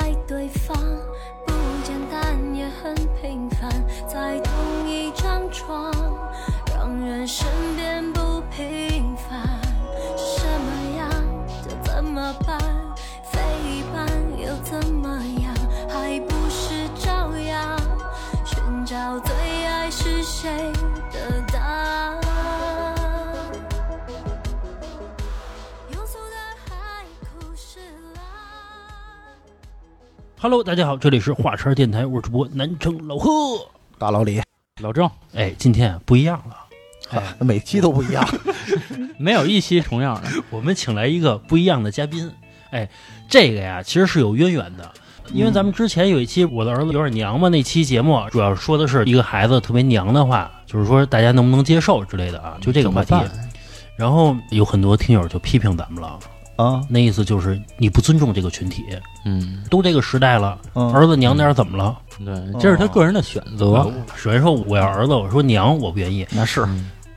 爱对方不简单也很平凡，在同一张床，让人生变不平凡。是什么样就怎么办，非一般又怎么样？还不是照样寻找最爱是谁的答案。庸俗的海枯石烂。 Hello，大家好，这里是华山电台，我是主播南城老贺。大老李，老郑哎，今天啊不一样了，啊每期都不一样。没有一期重样的， 我们请来一个不一样的嘉宾。哎，这个呀其实是有渊源的，因为咱们之前有一期我的儿子有点娘嘛，那期节目啊主要说的是一个孩子特别娘的话，就是说大家能不能接受之类的啊，就这个话题嗯怎么。然后有很多听友就批评咱们了，啊，那意思就是你不尊重这个群体，嗯，都这个时代了，嗯儿子娘点儿怎么了？对，这是他个人的选择，首先说我要儿子，我说娘我不愿意，那是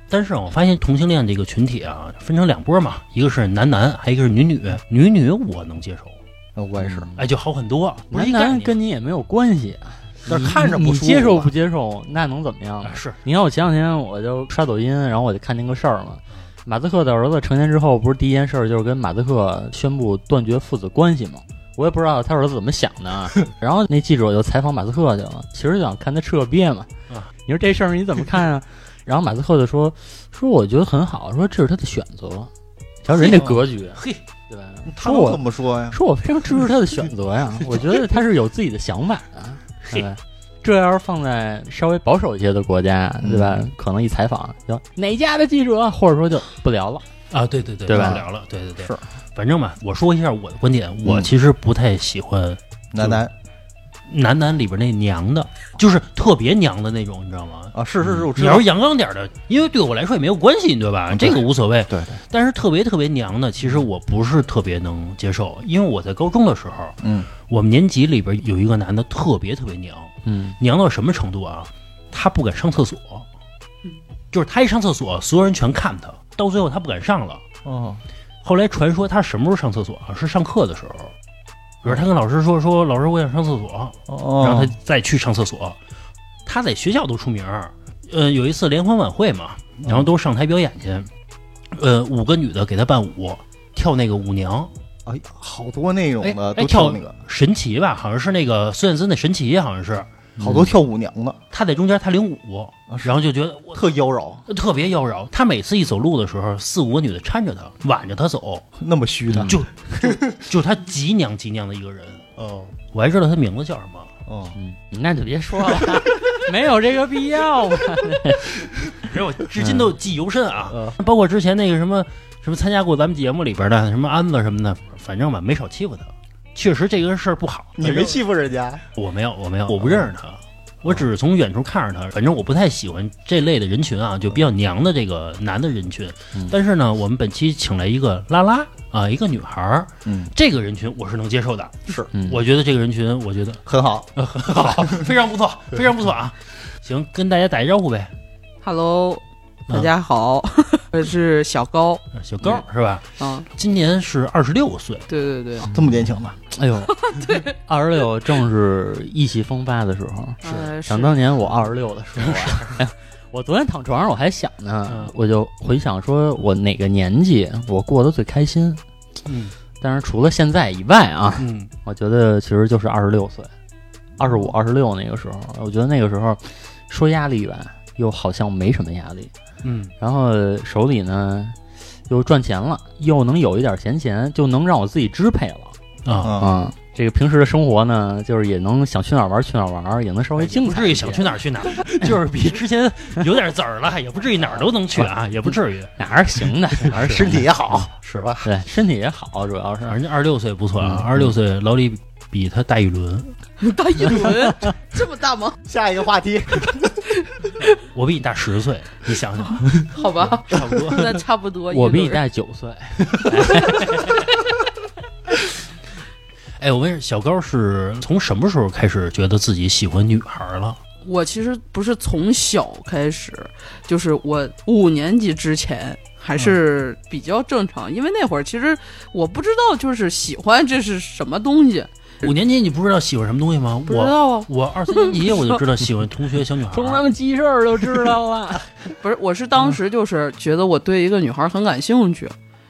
但是我发现同性恋这个群体啊，分成两波嘛，一个是男男，还有一个是女女。女女我能接受，嗯我也是，哎，就好很多。不是男一概男念跟你也没有关系，但是你看着你不舒你服接受吧不接受，那能怎么样呢啊？是你看我前两天我就刷抖音，然后我就看见个事儿嘛，马斯克的儿子成年之后，不是第一件事儿就是跟马斯克宣布断绝父子关系嘛。我也不知道他儿子怎么想 的啊，然后那记者就采访马斯克去了，其实想看他彻憋嘛啊。你说这事儿你怎么看啊？ 然后马斯克就说：“说我觉得很好，说这是他的选择，瞧人家格局，嘿，对吧？他说能这我么说啊呀？说我非常支持他的选择 呀，我觉得他是有自己的想法的，对吧？这要是放在稍微保守一些的国家，对吧？可能一采访就哪家的记者，或者说就不聊了。啊，对对对，对吧不聊了，对对对，是。反正吧，我说一下我的观点，我嗯其实不太喜欢男男男男里边那娘的，就是特别娘的那种，你知道吗？啊，是是是，我知你道要是阳刚点儿的，因为对我来说也没有关系，对吧？这个无所谓。对对，但是特别特别娘的，其实我不是特别能接受，因为我在高中的时候，嗯，我们年级里边有一个男的特别特别娘，嗯，娘到什么程度啊？他不敢上厕所，就是他一上厕所，所有人全看他，到最后他不敢上了。哦，后来传说他什么时候上厕所啊？是上课的时候，比如他跟老师说说老师我想上厕所，哦，然后他再去上厕所。他在学校都出名儿，呃，有一次联欢晚会嘛，然后都上台表演去，呃，五个女的给他伴舞，跳那个舞娘，哎，好多那种哎的哎都跳跳那个，神奇吧？好像是那个孙燕姿那神奇，好像是好多跳舞娘的，他在中间他领舞啊，是然后就觉得我特妖娆，特别妖娆。他每次一走路的时候，四五个女的搀着他，挽着他走，那么虚的，就就他极娘极娘的一个人。哦我还知道他名字叫什么，哦，嗯那就别说了， 没有这个必要 嘛。因为我至今都记忆犹深啊。 包括之前那个什么什么参加过咱们节目里边的什么安子什么的，反正吧没少欺负他。确实这个事儿不好，你没欺负人家，我没有，我没有，啊我不认识他，我只是从远处看着他。反正我不太喜欢这类的人群啊，就比较娘的这个男的人群。嗯但是呢，我们本期请来一个拉拉啊，一个女孩儿，嗯，这个人群我是能接受的，是嗯我觉得这个人群，我 觉得很好，很好，非常不错，非常不错啊。行，跟大家打一招呼呗。 Hello，嗯大家好， 我是小高呃小高嗯是吧？啊，今年是二十六岁，对对对，这么年轻呢，哎 呦，二十六正是意气风发的时候。呃是想当年我二十六的时候啊，哎呀我昨天躺床上我还想呢嗯，我就回想说我哪个年纪我过得最开心。嗯但是除了现在以外啊，嗯，我觉得其实就是二十六岁，二十五、二十六那个时候，我觉得那个时候说压力吧，又好像没什么压力，嗯，然后手里呢又赚钱了，又能有一点闲钱，就能让我自己支配了啊，啊，啊。这个平时的生活呢，就是也能想去哪儿玩去哪儿玩，也能稍微哎精不彩至一于些。想去哪儿去哪儿， 就是比之前有点籽儿了，也不至于哪儿都能去啊，也不至于。哪儿 行的，哪儿身行的体也好，是吧？对身体也好，主要是人家二十六岁不错啊，嗯二十六岁老李比他大一轮， 大一轮这么大吗？下一个话题，我比你大十岁，你想 想，好吧，差不多。 那差不多。我比一你轮大九岁，啊哎，我问小高是从什么时候开始觉得自己喜欢女孩了？我其实不是从小开始，就是我五年级之前还是比较正常，因为那会儿其实我不知道就是喜欢这是什么东西。五年级你不知道喜欢什么东西吗？不知我道啊，我二三年级我就知道喜欢同学小女孩从他儿，们记事儿就知道了。 不是，我是当时就是觉得我对一个女孩很感兴趣，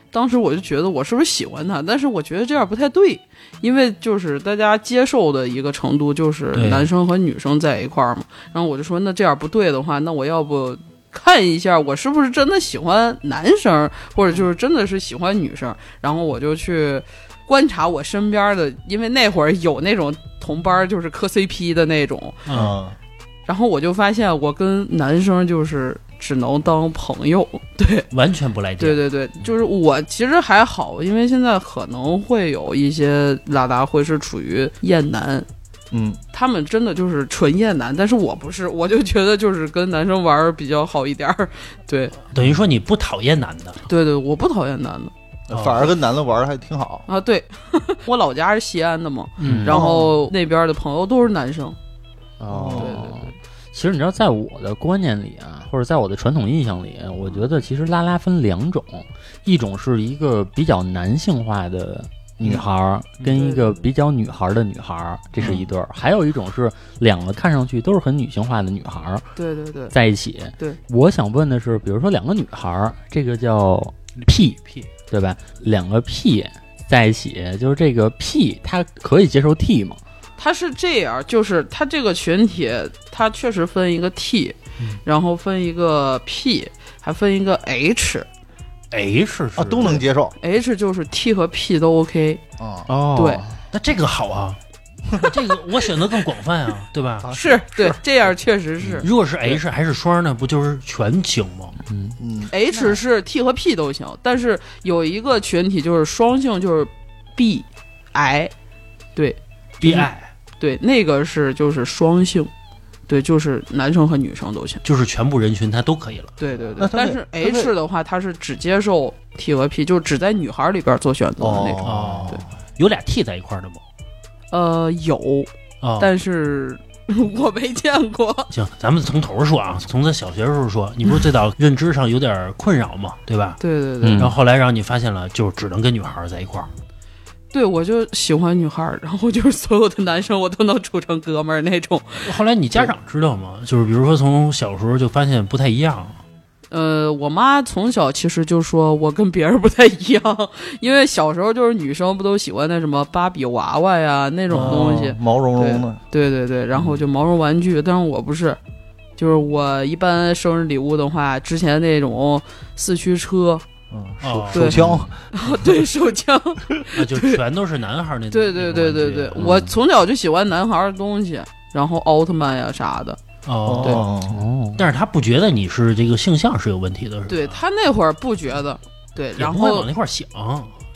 当时我就觉得我是不是喜欢她，但是我觉得这样不太对，因为就是大家接受的一个程度就是对男生和女生在一块儿嘛，然后我就说那这样不对的话，那我要不。看一下我是不是真的喜欢男生，或者就是真的是喜欢女生，然后我就去观察我身边的，因为那会儿有那种同班儿就是磕 CP 的那种，嗯，嗯，然后我就发现我跟男生就是只能当朋友，对完全不来对电。对对，就是我其实还好，因为现在可能会有一些拉达会是处于厌男，嗯，他们真的就是纯厌男，但是我不是，我就觉得就是跟男生玩儿比较好一点儿，对等于说你不讨厌男的，对对，我不讨厌男的哦呃反而跟男的玩儿还挺好。啊，对 我老家是西安的嘛，嗯然后那边的朋友都是男生，哦，对对对其实你知道，在我的观念里啊，或者在我的传统印象里，我觉得其实拉拉分两种，一种是一个比较男性化的女孩儿，嗯跟一个比较女孩儿的女孩儿，这是一对嗯儿；还有一种是两个看上去都是很女性化的女孩儿对对对，在一起。对，我想问的是，比如说两个女孩儿，这个叫嗯 P，哦屁对吧？两个 P 在一起，就是这个 P，她可以接受 T 吗？他是这样，就是他这个群体，他确实分一个 T，、嗯然后分一个 P，还分一个 H。 H 哎是啊，都能。接受 H 就是 T 和 P 都 OK，啊，哦对那这个好啊，这个我选择更广泛啊，对吧？啊嗯是对，这样确实是。如果是 H 还是双，那不就是全情吗？嗯，嗯 H 是 T 和 P 都行，但是有一个群体就是双性，就是 B、I， B I 对，那个是就是双性，对，就是男生和女生都行。就是全部人群，它都可以了。对对对那，他但得是他得 H 的话，他是只接受 T 和 P，就只在女孩里边做选择的那种。哦对有俩 T 在一块儿的吗？呃，有，啊，但是 我没见过。行，咱们从头说啊，从咱小学时候说，你不是最 早认知上有点困扰吗？对吧？对对对，嗯然后后来让你发现了，就是只能跟女孩儿在一块儿。对我就喜欢女孩儿，然后就是所有的男生我都能处成哥们儿那种。后来你家长知道吗？就是比如说从小时候就发现不太一样，呃，我妈从小其实就说我跟别人不太一样，因为小时候就是女生不都喜欢那什么芭比娃娃呀那种东西，哦毛茸茸的，对对对，然后就毛绒玩具，但是我不是，就是我一般生日礼物的话，之前那种四驱车， 嗯，哦手手枪，对手枪，啊，就全都是男孩儿那 对对对对对，嗯我从小就喜欢男孩儿的东西，然后奥特曼呀啥的。哦。对，哦，但是他不觉得你是这个性向是有问题的，是吧？对他那会儿不觉得，对，也然不会往后那块儿想，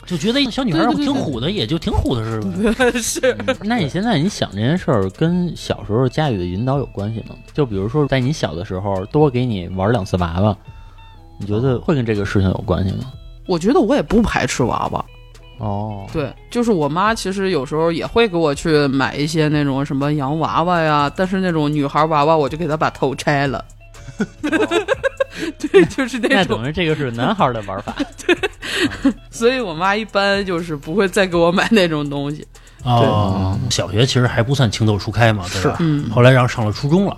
就觉得小女孩儿对对挺对虎的，也就挺虎的是吧？ 是那你现在你想这件事儿跟小时候家里的引导有关系吗？就比如说在你小的时候多给你玩两次娃娃，你觉得会跟这个事情有关系吗？我觉得我也不排斥娃娃，哦， 对，就是我妈其实有时候也会给我去买一些那种什么洋娃娃呀，但是那种女孩娃娃我就给她把头 拆了。对，就是那那种，等于这个是男孩儿的玩法。所以我妈一般就是不会再给我买那种东西。哦，小学其实还不算情窦初开嘛，对吧？嗯，后来然后上了初中了，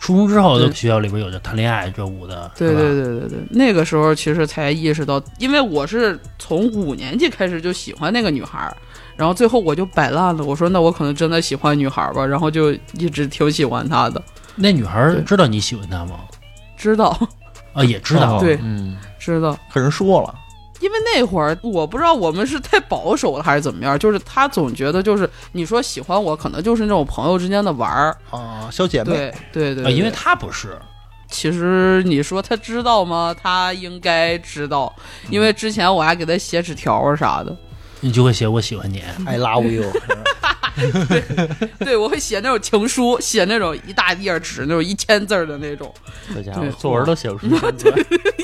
初中之后对就学校里边有这谈恋爱这舞的，对是吧对对对对，那个时候其实才意识到，因为我是从五年级开始就喜欢那个女孩儿，然后最后我就摆烂了，我说那我可能真的喜欢女孩儿吧，然后就一直挺喜欢她 的，那女孩儿对知道你喜欢她吗？知道啊，也知 道，哦对嗯，知道，跟人说了，因为那会儿我不知道我们是太保守了还是怎么样，就是她总觉得就是你说喜欢我，可能就是那种朋友之间的玩儿，啊，小姐妹，对对对啊，因为对她不是，其实你说她知道吗？她应该知道，因为之前我还给她写纸条儿啥的。你就会写我喜欢你。嗯 I love you，对，我会写那种情书，写那种一大页纸，那种一千字儿的那种，这家伙对作文都写不出来。对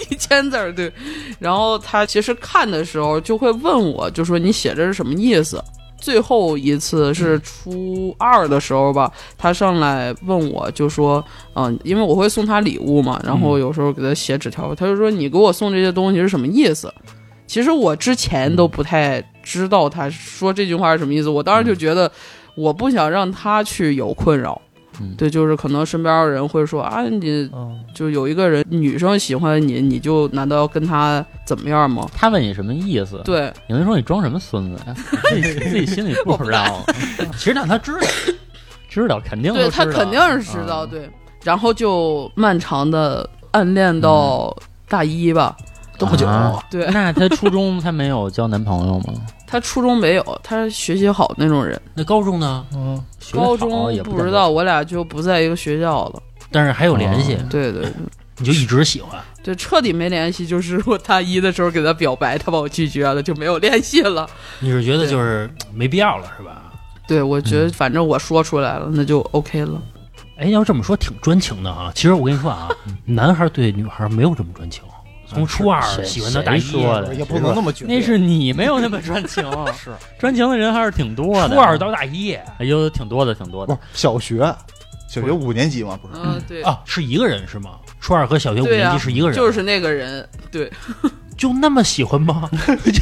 一千字儿。对，然后他其实看的时候就会问我，就说你写这是什么意思？最后一次是初二的时候吧，他上来问我就说，嗯、因为我会送他礼物嘛，然后有时候给他写纸条，他就说你给我送这些东西是什么意思？其实我之前都不太知道他说这句话是什么意思。我当时就觉得，我不想让他去有困扰。嗯对，就是可能身边的人会说啊，你嗯，就有一个人女生喜欢你，你就难道要跟他怎么样吗？他问你什么意思，对，有人说你装什么孙子呀？自 己自己心里不知道， 其实让他知道，知道肯定都对知道他肯定是知道，嗯对。然后就漫长的暗恋到大一吧，这么久啊对那他初中他没有交男朋友吗？他初中没有，他是学习好那种人，那高中呢？嗯，学得好高中也知代表道，我俩就不在一个学校了。但是还有联系，对对对你就一直喜 欢。对，彻底没联系，就是我大一的时候给他表白，他把我拒绝了，就没有联 系了。你是觉得对就是没必要了，是吧？对，我觉得反正我说出来了，那就 OK 了。哎，要这么说挺专情的啊。其实我跟你说 啊，男孩对女孩没有这么专啊情，从初二谁喜欢到大一，谁说的也不能那么绝对。那是你没有那么专情， 是专情的人还是挺多的。初二到大一啊，哎呦，挺多的，挺多不的是。小学？小学五年级嘛，不是？嗯，对，啊啊是一个人是吗？初二和小学五对年啊级是一个人，就是那个人，对，就那么喜欢吗？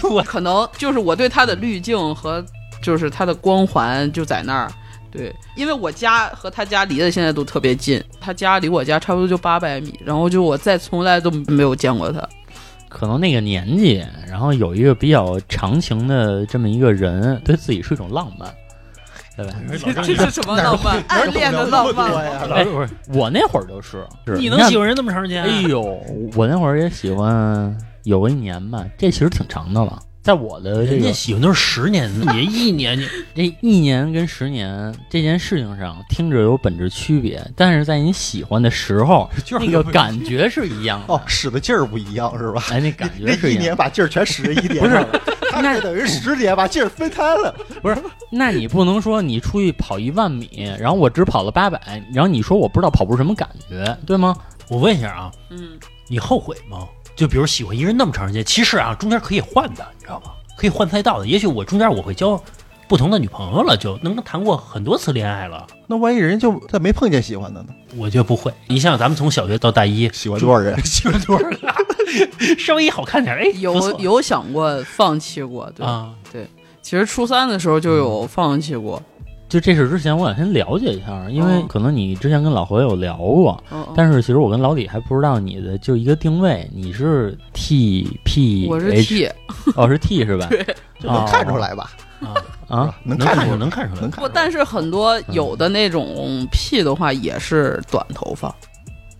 就我可能就是我对他的滤镜和就是他的光环就在那儿。对，因为我家和他家离的现在都特别近，他家离我家差不多就八百米，然后就我再从来都没有见过他。可能那个年纪，然后有一个比较长情的这么一个人，对自己是一种浪漫，对吧？ 这是什么浪漫？暗恋的浪漫。呀老师，哎我那会儿就是，是你能看喜欢人那么长时间？啊哎呦，我那会儿也喜欢有一年吧，这其实挺长的了。在我的这人个家喜欢都是十年，你一年你这一年跟十年这件事情上，听着有本质区别，但是在你喜欢的时 候， 就是那个感觉是一样的。哦，使的劲儿不一样是吧？ 哎，那感觉那是一一样年的。把劲儿全使在一点上了，他 这等于十年把劲儿分摊了。那你不能说你出去跑一万米，然后我只跑了八百，然后你说我不知道跑步什么感觉，对吗？我问一下啊，嗯，你后悔吗？就比如喜欢一个人那么长时间，其实啊，中间可以换的，你知道吗？可以换赛道的。也许我中间我会交不同的女朋友了，就能谈过很多次恋爱了。那万一人就他没碰见喜欢的呢？我觉得不会。你想想，咱们从小学到大一， 喜欢多少人？喜欢多少个？稍微一好看点，哎，不有错有想过放弃过，对。啊，其实初三的时候就有放弃过，就这事儿之前，我想先了解一下，因为嗯可能你之前跟老何有聊过，嗯嗯但是其实我跟老李还不知道你的就一个定位，你是 T P，我是 T，哦是 T 是吧？对这能看出来吧？啊，啊，哦能能看出出来，能看出来能。看出不，来。但是很嗯多有的那种 P 的话也是短头发，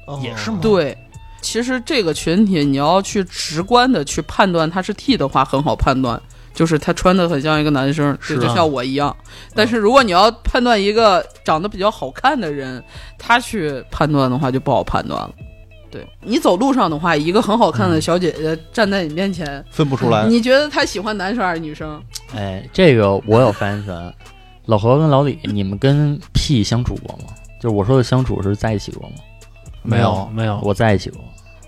哦也是吗对。其实这个群体，你要去直观的去判断他是 T 的话，很好判断，就是他穿的很像一个男生，是对就啊像我一样。但是如果你要判断一个长得比较好看的人，他去判断的话就不好判断了。对你走路上的话，一个很好看的小姐姐站在你面前，分不出来。你觉得她喜欢男生还是女生？哎，这个我有发言权。老何跟老李，你们跟 P 相处过吗？就是我说的相处是在一起过吗？没有没有，我在一起过。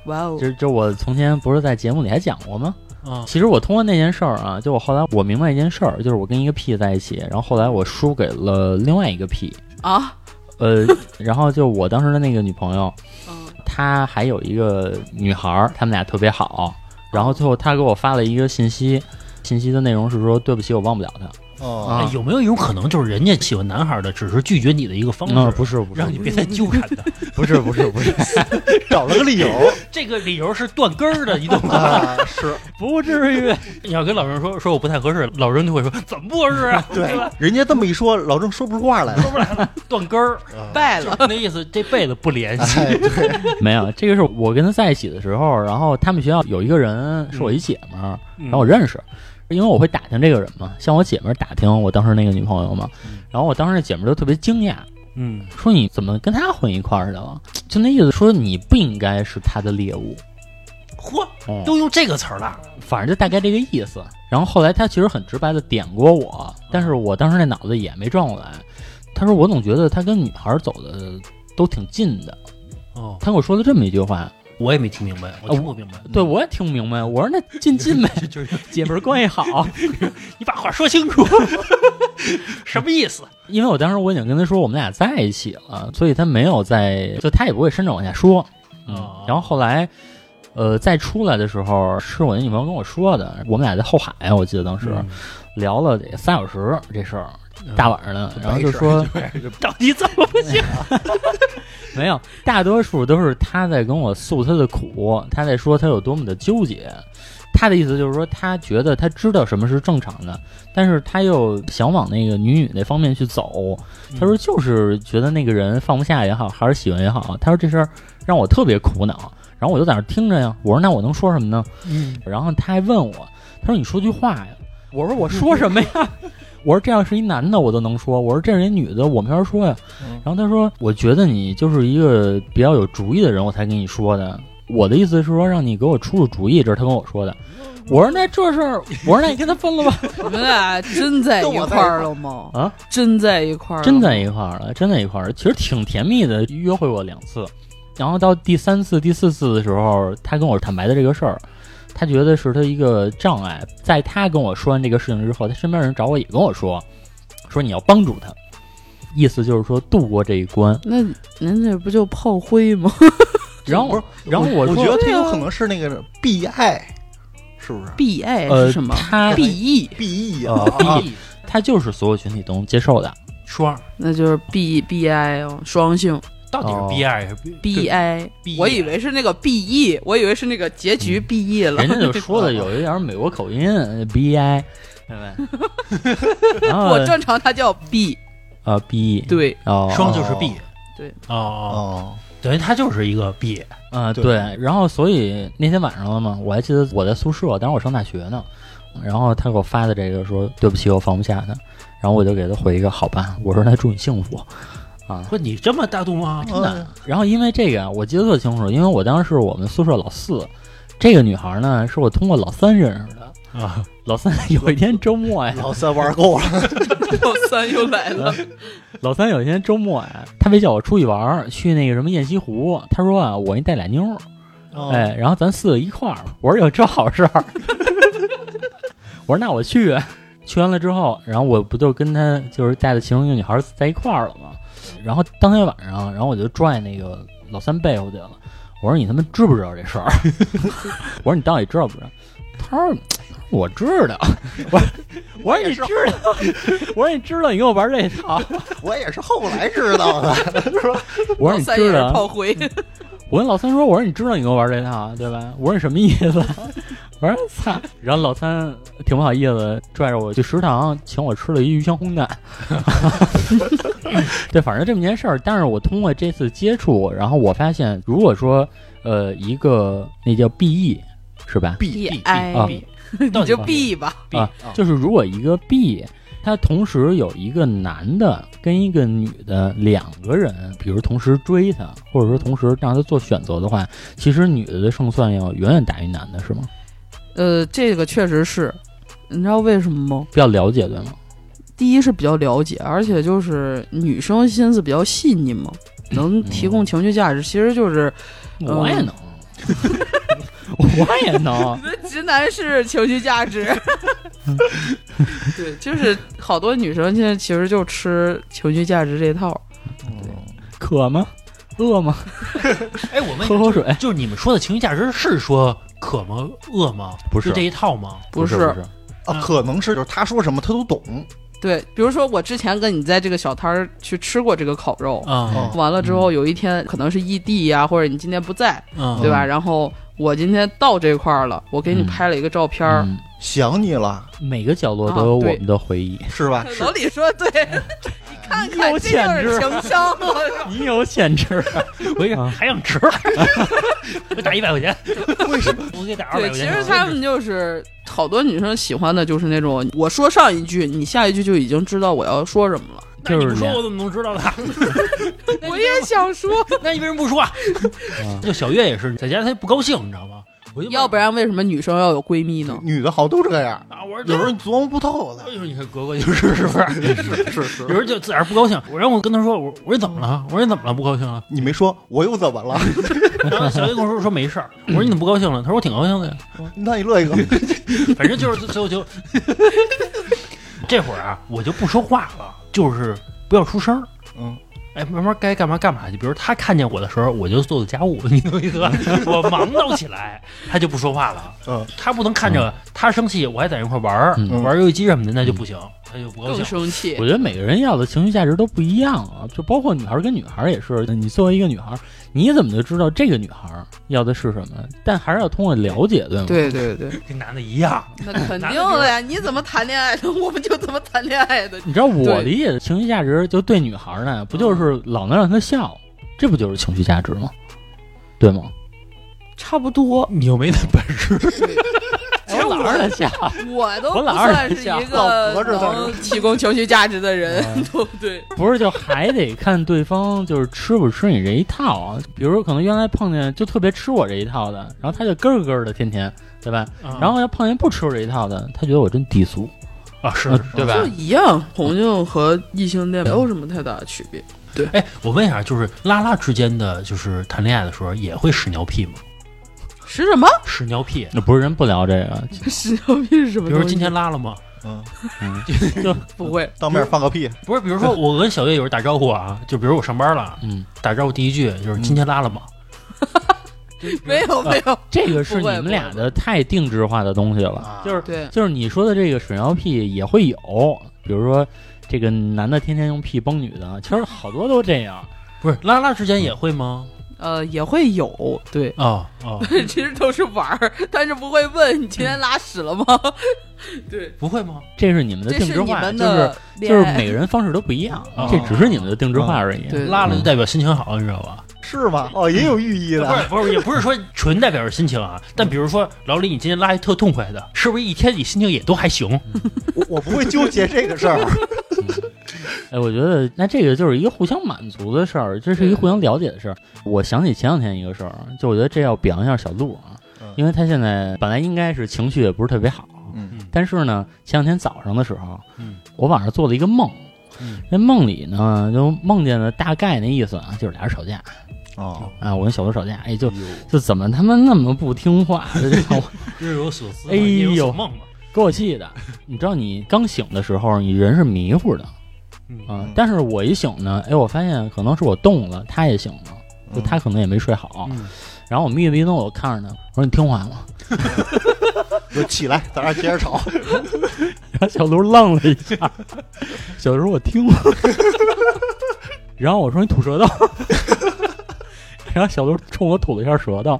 哇哦就就我从前不是在节目里还讲过吗？啊其实我通过那件事儿啊，就我后来我明白一件事儿，就是我跟一个 P 在一起，然后后来我输给了另外一个 P，啊，呃，然后就我当时的那个女朋友，嗯她还有一个女孩儿，她们俩特别好，然后最后她给我发了一个信息，信息的内容是说对不起，我忘不了她。哦啊哎有没有一种可能，就是人家喜欢男孩的，只是拒绝你的一个方式，嗯，不是不是让你别再纠缠他。 不是不是不是，找了个理由 这个理由是断根儿的，你 懂吗？啊，是不至于。你要跟老郑说说我不太合适，老郑就会说怎么不合适啊？ 对吧？人家这么一说，老郑说不出话来了。断根儿，败就 了是。那意思，这辈子不联 系。哎，对，没有，这个是我跟她在一起的时候，然后他们学校有一个人是我一姐们儿，然然后我认识，因为我会打听这个人嘛，像我姐们儿打听我当时那个女朋友嘛，然后我当时那姐们儿就特别惊讶，嗯，说你怎么跟她混一块儿去了？就那意思说你不应该是她的猎物，嚯，嗯，哦都用这个词儿了。反正就大概这个意思。然后后来她其实很直白的点过我，但是我当时那脑子也没转过来。她说我总觉得她跟女孩儿走的都挺近的，哦，她跟我说了这么一句话，我也没听明白，我听不明白。哦对我也听不明白。我说那近近呗，嗯 就是姐们儿关系好。你把话说 清楚，什么意思？因为我当时我已经跟他说我们俩在一起了，所以他没有在，就他也不会伸着往下说。嗯哦，然后后来，呃，再出来的时候是我那女朋友跟我说的，我们俩在后海，我记得当时、嗯聊了得三小时这事儿，嗯大晚上的，然后就说到底怎么不行？ 没有，大多数都是他在跟我诉他的苦，他在说他有多么的纠结。他的意思就是说，他觉得他知道什么是正常的，但是他又想往那个女女那方面去走。他说，就是觉得那个人放不下也好，还是喜欢也好，他说这事儿让我特别苦恼。然后我就在那儿听着呀，我说那我能说什么呢？嗯，然后他还问我，他说你说句话呀。我说我说什么呀？ 我说这要是一男的我都能说，我说这是一女的我没法说呀。嗯然后他说，我觉得你就是一个比较有主意的人，我才跟你说的。我的意思是说，让你给我出出主意，这是他跟我说的。我说那这事儿，我说那你跟他分了吧。你们俩真在一块儿了吗？啊，真在一块儿，真在。一块儿了，真在一块儿了，其实挺甜蜜的，约会过两次。然后到第三次、第四次的时候，他跟我坦白的这个事儿，他觉得是他一个障碍。在他跟我说完这个事情之后，他身边人找我也跟我说，说你要帮助他，意思就是说度过这一关。那您这不就炮灰吗？然后我，然后我说，觉得他对有啊可能是那个 B I，是 不是避爱呃，是什么？他避疫， ？B E 啊呃，啊，B，他就是所有群体都能接受的。双儿那就是 B B I 哦，双性到底是 B 二还是 B B I。 B？E？我以为是那个 B E，我以为是那个结局 B E 了。人家就说的有一点美国口音，B 呃 I，对不对？然后 我专长，它叫 B。呃 B，对， 哦，双就是 B，对，哦哦，哦，等于它就是一个 B，啊，对对，然后所以那天晚上了嘛，我还记得我在宿舍，当时我上大学呢，然后他给我发的这个说对不起，我放不下他，然后我就给他回一个好吧，我说那祝你幸福啊，说你这么大度吗？哦真的。哎然后因为这个啊，我记得特清楚，因为我当时是我们宿舍老四，这个女孩呢是我通过老三认识的。啊，老三 有一天周末呀，老三玩够了，老三又来了， 老三有一天周末呀，他非叫我出去玩儿，去那个什么雁西湖。他说啊，我给你带俩妞儿，哦哎，然后咱四个一块儿。我说有这好事儿，我说那我去。去完了之后，然后我不就跟他就是带着其中一个女孩儿在一块儿了吗？然后当天晚上，然后我就拽那个老三背后去了。我说你他妈知不知道这事儿？ 我说你到底知道不知道？他说我知道。 我说我说你知道？ 我说你知道？你给我玩这套？ 我也是后来知道 的。我说老你三也知是道？啊炮灰。我跟老三说，我说你知道你跟我玩这套啊对吧？我说你什么意思？ 我说操！然后老三挺不好意思，拽着我去食堂，请我吃了一鱼香烘蛋。 对，反正这么件事儿。但是我通过这次接触，然后我发现，如果说呃一个那叫 BE 是吧？ B B I，啊到你底就 B E 吧。 B 啊，就是如果一个 B，他同时有一个男的跟一个女的两个人，比如同时追他，或者说同时让他做选择的话，其实女的的胜算要远远大于男的，是吗？呃，这个确实是，你知道为什么吗？比较了解，对吗？第一是比较了解，而且就是女生心思比较细腻嘛，能提供情绪价值，其实就是我也 能，我也能。直男是情绪价值。 对，就是好多女生现在其实就吃情绪价值这套。渴吗？饿吗？哎，我问喝口水。就是你们说的情绪价值是说渴吗、饿吗？不是就这一套吗？不是，是不是啊，可能是就是他说什么他都懂，对，比如说我之前跟你在这个小摊儿去吃过这个烤肉，啊完了之嗯后有一天可能是异地呀、或者你今天不在，啊，对吧？然后我今天到这块儿了，我给你嗯拍了一个照片儿。嗯，想你了每个角落啊都有我对们的回忆。是吧？老李说 对，你看看有这就潜质是情商。 你有潜质，我一看啊还想吃，我 打一百块钱， 为什么我给打二百对，块其钱？实他们就是好多女生喜欢的就是那种，我说上一句，你下一句就已经知道我要说什么了。那你就不是说脸我怎么能知道呢？ 我也想 说，那你为什么不说啊？就小月也是，在家她不高兴，你知道吗？我就要不然为什么女生要有闺蜜呢？女的好像都这样，啊，我说嗯有时候琢磨不透的 哎。呦，你看格格就是是不是？是是 有时候就自个儿不高兴，我让我跟她说，我我说你怎么了？我说你怎么了？不高兴 了？ 你没说，我又怎么了？然后小月跟我说说没事儿，我说你怎么不高兴了？她说我挺高兴的呀。 那你乐一个，反正就是最后就这会儿啊，我就不说话了，就是不要出声儿。嗯，哎，慢慢该干嘛干嘛去。比如他看见我的时候，我就做做家务，你懂意思吧？我忙叨起来，他就不说话了。嗯，他不能看着他生气，我还在一块儿玩儿、嗯玩儿游戏机什么的，那就不行，他就不高更兴。生气我。觉得每个人要的情绪价值都不一样啊，就包括女孩儿跟女孩儿也是。你作为一个女孩儿，你怎么就知道这个女孩儿要的是什么？但还是要通过了解，对吗？对对对，跟男的一样， 那肯定的呀！你怎么谈恋爱的， 我们就怎么谈恋爱的。你知道我对理解的情绪价值，就对女孩儿呢，不就是老能让她笑，这不就是情绪价值吗？对吗？差不多，你又没那本事。我哎老让她笑，我都我不老二算是一老婆个这倒是能提供情绪价值的人，嗯 对不对？不是就还得看对方就是吃不吃你这一套啊？比如说可能原来碰见就特别吃我这一套的，然后他就咯咯咯的天天，对吧？嗯然后要碰见不吃我这一套的，他觉得我真低俗，啊，是嗯呃对吧？就一样，同性和异性恋没有什么太大的区别。哎，我问一下，就是拉拉之间的，就是谈恋爱的时候也会屎尿屁吗？是什么？ 屎尿屁，那不是人不聊这个，屎尿屁是什么比东西？如说今天拉了吗？嗯，嗯，不会， 当面放个屁，不是，比如说我跟小月有人打招呼啊，就比如我上班了，嗯，打招呼第一句就是今天拉了吗？嗯没有没有，这个是不你会们俩的太定制化的东西了啊，就是对，就是你说的这个水尿屁也会有，比如说这个男的天天用屁崩女的，其实好多都这样。不是拉拉之间也会吗？呃，也会 有，对，哦哦，其实都是玩儿，但是不会问你今天拉屎 了吗？对，不会吗？这是你们的这定是制你化，们就是的就恋是爱每个人方式都不一样哦，这只是你们的定制化而已。对拉了就代表心情好，你知道吧？是吗？哦，也有寓意不是的。不是，也不是说纯代表是心情啊。但比如说老李，你今天拉一特痛快的，是不是一天你心情也都还行？我我 不会纠结这个事儿。哎，我觉得那这个就是一个互相满足的事儿，这是一个互相了解的事儿。我想起前两天一个事儿，啊就我觉得这要表扬一下小鹿啊嗯，因为他现在本来应该是情绪也不是特别好，嗯但是呢，前两天早上的时候，嗯我晚上做了一个梦嗯。那梦里呢，就梦见了大概那意思啊，就是俩人吵架 哦，啊，我跟小鹿吵架，哎，嗯就就怎么他妈那么不听话， 就让我日有所思，哎呦夜有所梦嘛。给我气的。你知道，你刚醒的时候，你人是迷糊的嗯，啊嗯，但是我一醒呢，哎，我发现可能是我动了，他也醒了，嗯就他可能也没睡好。嗯然后我眯着一瞪，我看着他，我说你听话吗？ 就嗯 起来，咱俩接着吵。然后小卢愣了一下，小卢说我听了， 然后我说你吐舌头， 然后小卢冲我吐了一下舌头。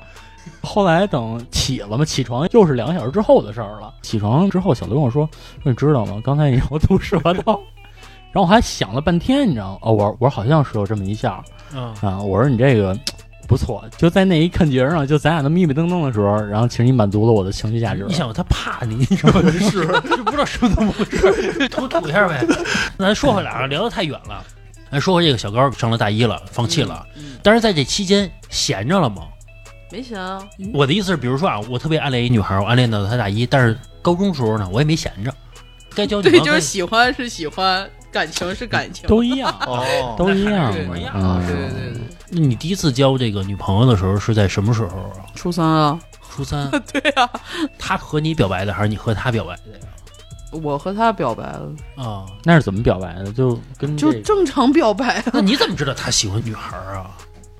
后来等起了嘛，起床又是两个小时之后的事儿了。起床之后，小卢跟我说：“说你知道吗？刚才你让我吐舌头。” 然后我还想了半天，你知道吗？哦，我我好像是有这么一下嗯啊。我说你这个不错，就在那一看节上，就咱俩都眯眯瞪瞪的时候，然后其实你满足了我的情绪价值。你想他怕 你，你知道吗？是，就不知道是不是那么回事，吐吐一下 呗。咱说回来啊，聊得太远了。咱说回这个小高上了大一了，放弃了，嗯，但是在这期间闲着了吗？没钱啊，我的意思是，比如说啊，我特别暗恋一女孩，我暗恋到她大一，但是高中时候呢，我也没闲着，该交女朋对，友就该是喜欢是喜欢，感情是感情，都一样， 哦都一样对嘛一样嗯对对对，那你第一次交这个女朋友的时候是在什么时候啊？初三啊，初三， 对啊，她和你表白的，还是你和她表白的呀？我和他表白了，啊，那是怎么表白的？就跟就这个正常表白 啊，那你怎么知道她喜欢女孩啊？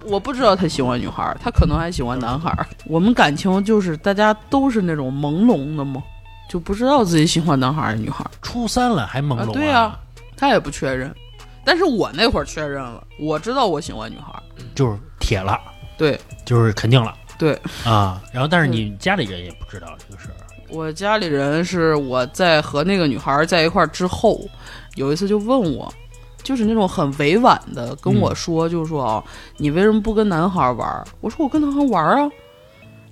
我不知道他喜欢女孩儿，他可能还喜欢男孩儿。我们感情就是大家都是那种朦胧的嘛，就不知道自己喜欢男孩儿还是女孩儿。初三了还朦胧、啊对啊啊，他也不确认，但是我那会儿确认了，我知道我喜欢女孩儿。就是铁了，对，就是肯定了对啊。然后，但是你家里人也不知道这个事儿，我家里人是我在和那个女孩儿在一块儿之后，有一次就问我，就是那种很委婉的跟我说，就说嗯啊，你为什么不跟男孩儿玩儿？我说我跟男孩儿玩儿啊。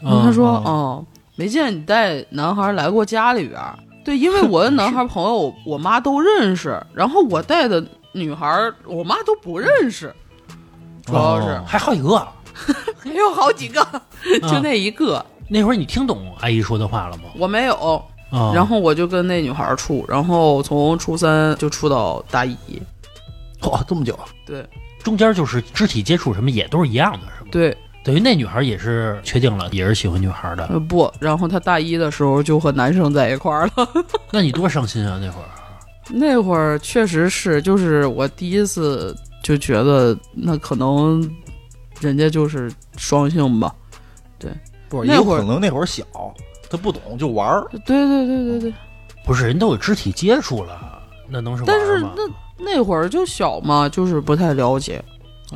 然后他说：“嗯哦，没见你带男孩来过家里边儿。对，因为我的男孩 朋友，我妈都认识，然后我带的女孩儿，我妈都不认识，主要是、哦还好几个，没 有好几个，就啊那一个，哦那会儿你听懂阿姨说的话了吗？我没有。啊，然后我就跟那女孩儿处，然后从初三就处到大一。哇，这么久，对中间就是肢体接触什么也都是一样的，是吗？对，等于那女孩也是确定了，也是喜欢女孩的。呃不，然后她大一的时候就和男生在一块儿了。” 那你多伤心啊！那会儿那会儿确实是，就是我第一次就觉得那可能人家就是双性吧。不那有会儿可能那会儿小，他不懂就玩儿，对对对对对，不是人都有肢体接触了，那能是玩但儿是吗？那那会儿就小嘛，就是不太了解。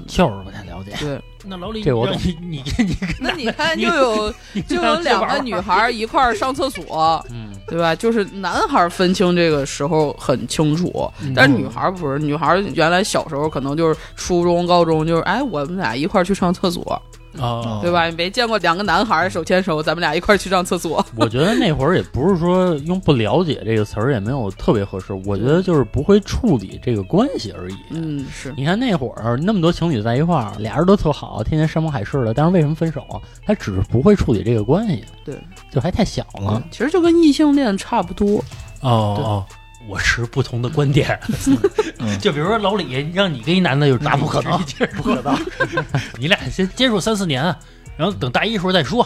就是不太了解。 对，那老李，这我让懂你你你你那你看你又有你就有让这两玩个儿女孩儿一块儿上厕所，嗯，对吧？就是男孩儿分清这个时候很清楚，嗯但是女孩儿不是。女孩儿原来小时候可能就是初中、高中，就是哎，我们俩一块儿去上厕所，啊，对吧？你没见过两个男孩儿手牵手，咱们俩一块儿去上厕所，我觉得那会儿也不是说用“不了解”这个词儿也没有特别合适，我觉得就是不会处理这个关系而已。嗯，是你看那会儿那么多情侣在一块儿，俩人都特好，天天山盟海誓的，但是为什么分手啊？他只是不会处理这个关系，对，就还太小了。其实就跟异性恋差不多。哦哦。我持不同的观点，就比如说老李让你跟一男的有那不可能肢体接触，不可能，你俩先接触三四年，啊然后等大一时候再说，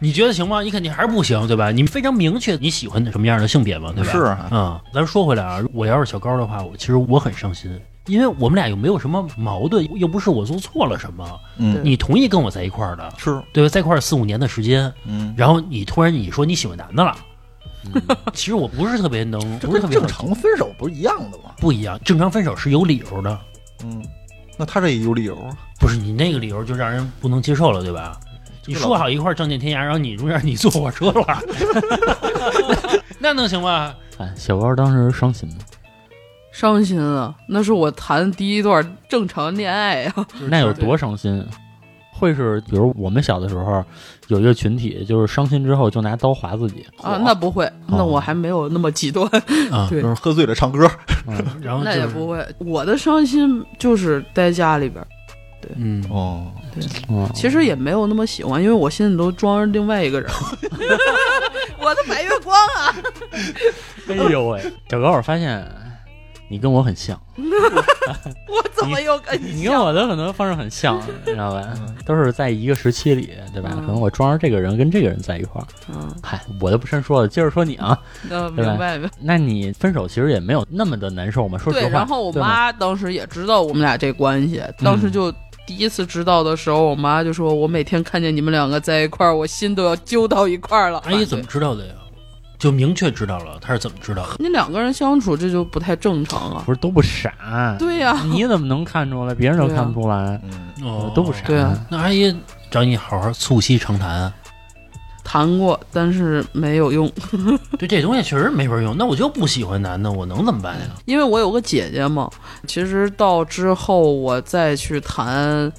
你觉得行吗？你肯定还是不行，对吧？你非常明确你喜欢什么样的性别嘛，对吧？是啊嗯，咱说回来啊，我要是小高的话，我其实我很伤心，因为我们俩又没有什么矛盾，又不是我做错了什么，嗯，你同意跟我在一块儿的，是，对吧？在一块儿四五年的时间，嗯，然后你突然你说你喜欢男的了， 其实我不是特别能，这不是特跟别嗯正能常分手不是一样的吗？不一样，正常分手是有理由的，嗯，那他这也有理由啊，不是你那个理由就让人不能接受了，对吧？你说好一块儿仗剑天涯，然后你中间你坐火车了， 那能行吗？哎，小高当时伤心吗？伤心啊！那是我谈第一段正常恋爱啊。那有多伤心？会是比如我们小的时候有一个群体，就是伤心之后就拿刀划自己，啊，那不会，那我还没有那么极端。啊，对就是喝醉了唱歌，嗯，然后就那是也不会，我的伤心就是待家里边儿，嗯，哦，嗯其实也没有那么喜欢，因为我心里都装着另外一个人。我的白月光啊，哎呦喂， 小高，我发现你跟我很像，我 怎么又跟你跟像？我的很多方式很 像，你知道吧？嗯都是在一个时期里，对吧？可能我装着这个人跟这个人在一块儿，嗯，嗨，我就不深说了，接着说你啊。那对吧明白明白。那你分手其实也没有那么的难受嘛？说实话，对，然后我对吗妈当时也知道我们俩这关系，当时就。第一次知道的时候，我妈就说：“我每天看见你们两个在一块儿，我心都要揪到一块儿了。”阿姨怎么知道的哎呀？就明确知道了，他是怎么知道的？你两个人相处这就不太正常了。不是都不傻，对呀、你怎么能看出来？别人都对啊看不出来，嗯，哦我都不傻。对啊，那阿姨找你好好促膝长谈，谈过，但是没有用，对这东西确实没法用。那我就不喜欢男的，我能怎么办呀？因为我有个姐姐嘛。其实到之后我再去谈，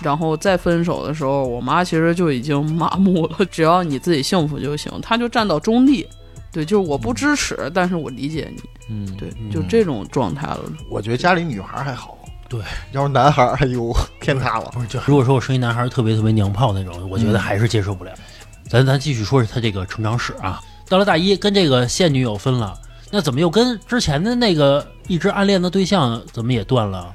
然后再分手的时候，我妈其实就已经麻木了，只要你自己幸福就行，她就站到中立。对，就是我不支持，但是我理解你，嗯，对，嗯就这种状态了。我觉得家里女孩还好，对，要是男孩儿，哎呦，天塌了，不是，就如果说我是一男孩，特别特别娘炮那种，我觉嗯得还是接受不了。咱咱继续说说他这个成长史啊。到了大一，跟这个现女友分了，那怎么又跟之前的那个一直暗恋的对象怎么也断了？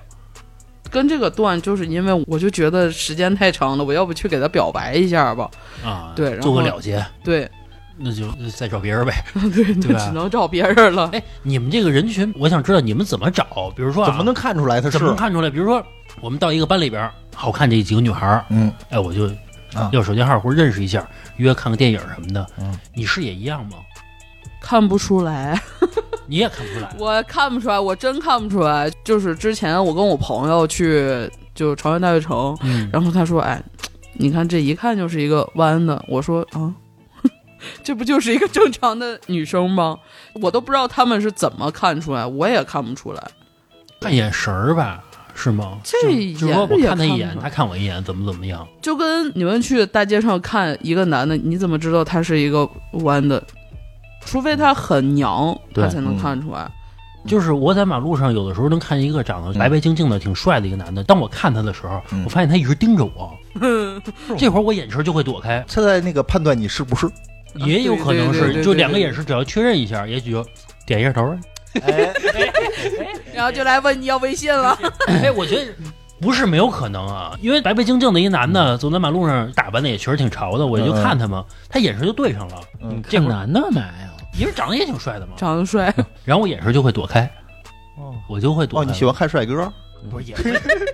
跟这个段，就是因为我就觉得时间太长了，我要不去给她表白一下吧？啊，对然后做个了结，对， 那就再找别人呗。对对，啊那吧只能找别人了。哎，你们这个人群，我想知道你们怎么找？比如说、啊，怎么能看出来他是怎么能？看出来？比如说，我们到一个班里边儿，好看这几个女孩儿，嗯，哎，我就啊要手机号或者认识一下，约看个电影什么的。嗯，你是也一样吗？看不出来，你也看不 出来。 我看不出来，我真看不出来。就是之前我跟我朋友去就朝阳大悦城，嗯，然后他说：“哎，你看这一看就是一个弯的。”我说：“啊， 这不就是一个正常的女生吗？”我都不知道他们是怎么看出来，我也看不出来。看眼神儿吧，是吗？这就就是说我眼也看他一看眼，不他看我一眼，怎么怎么样？就跟你们去大街上看一个男的，你怎么知道他是一个弯的？除非他很娘，他对才能嗯看出来。就是我在马路上有的时候能看见一个长得白白净净的、挺帅的一个男的，当我看他的时候，嗯我发现他一直盯着 我，这会儿我眼神就会躲开，他在那个判断你是不是，也有可能啊对对对是对就两个眼神，只要确认一下，也许就点一下头儿。哎，然后就来问你要微信 了。 哎，我觉得。不是没有可能啊，因为白白净净的一男嗯的走在马路上，打扮的也确实挺潮的，我就嗯嗯看他嘛，他眼神就对上了，你嗯这看会儿男的干嘛呀？因为长得也挺帅的嘛，长得帅，然后我眼神就会躲开，哦，我就会躲哦，开。你喜欢看帅哥？不是也会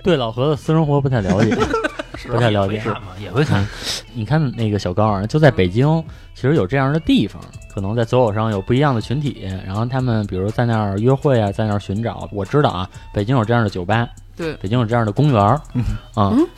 对老何的私生活不太了 解，不太了也解啊会。看嘛，也会看。你看那个小高啊，就在北京，其实有这样的地方，可能在择偶上有不一样的群体，然后他们比如在那儿约会啊，在那儿寻找。我知道啊，北京有这样的酒吧，对北京有这样的公园儿，嗯啊嗯，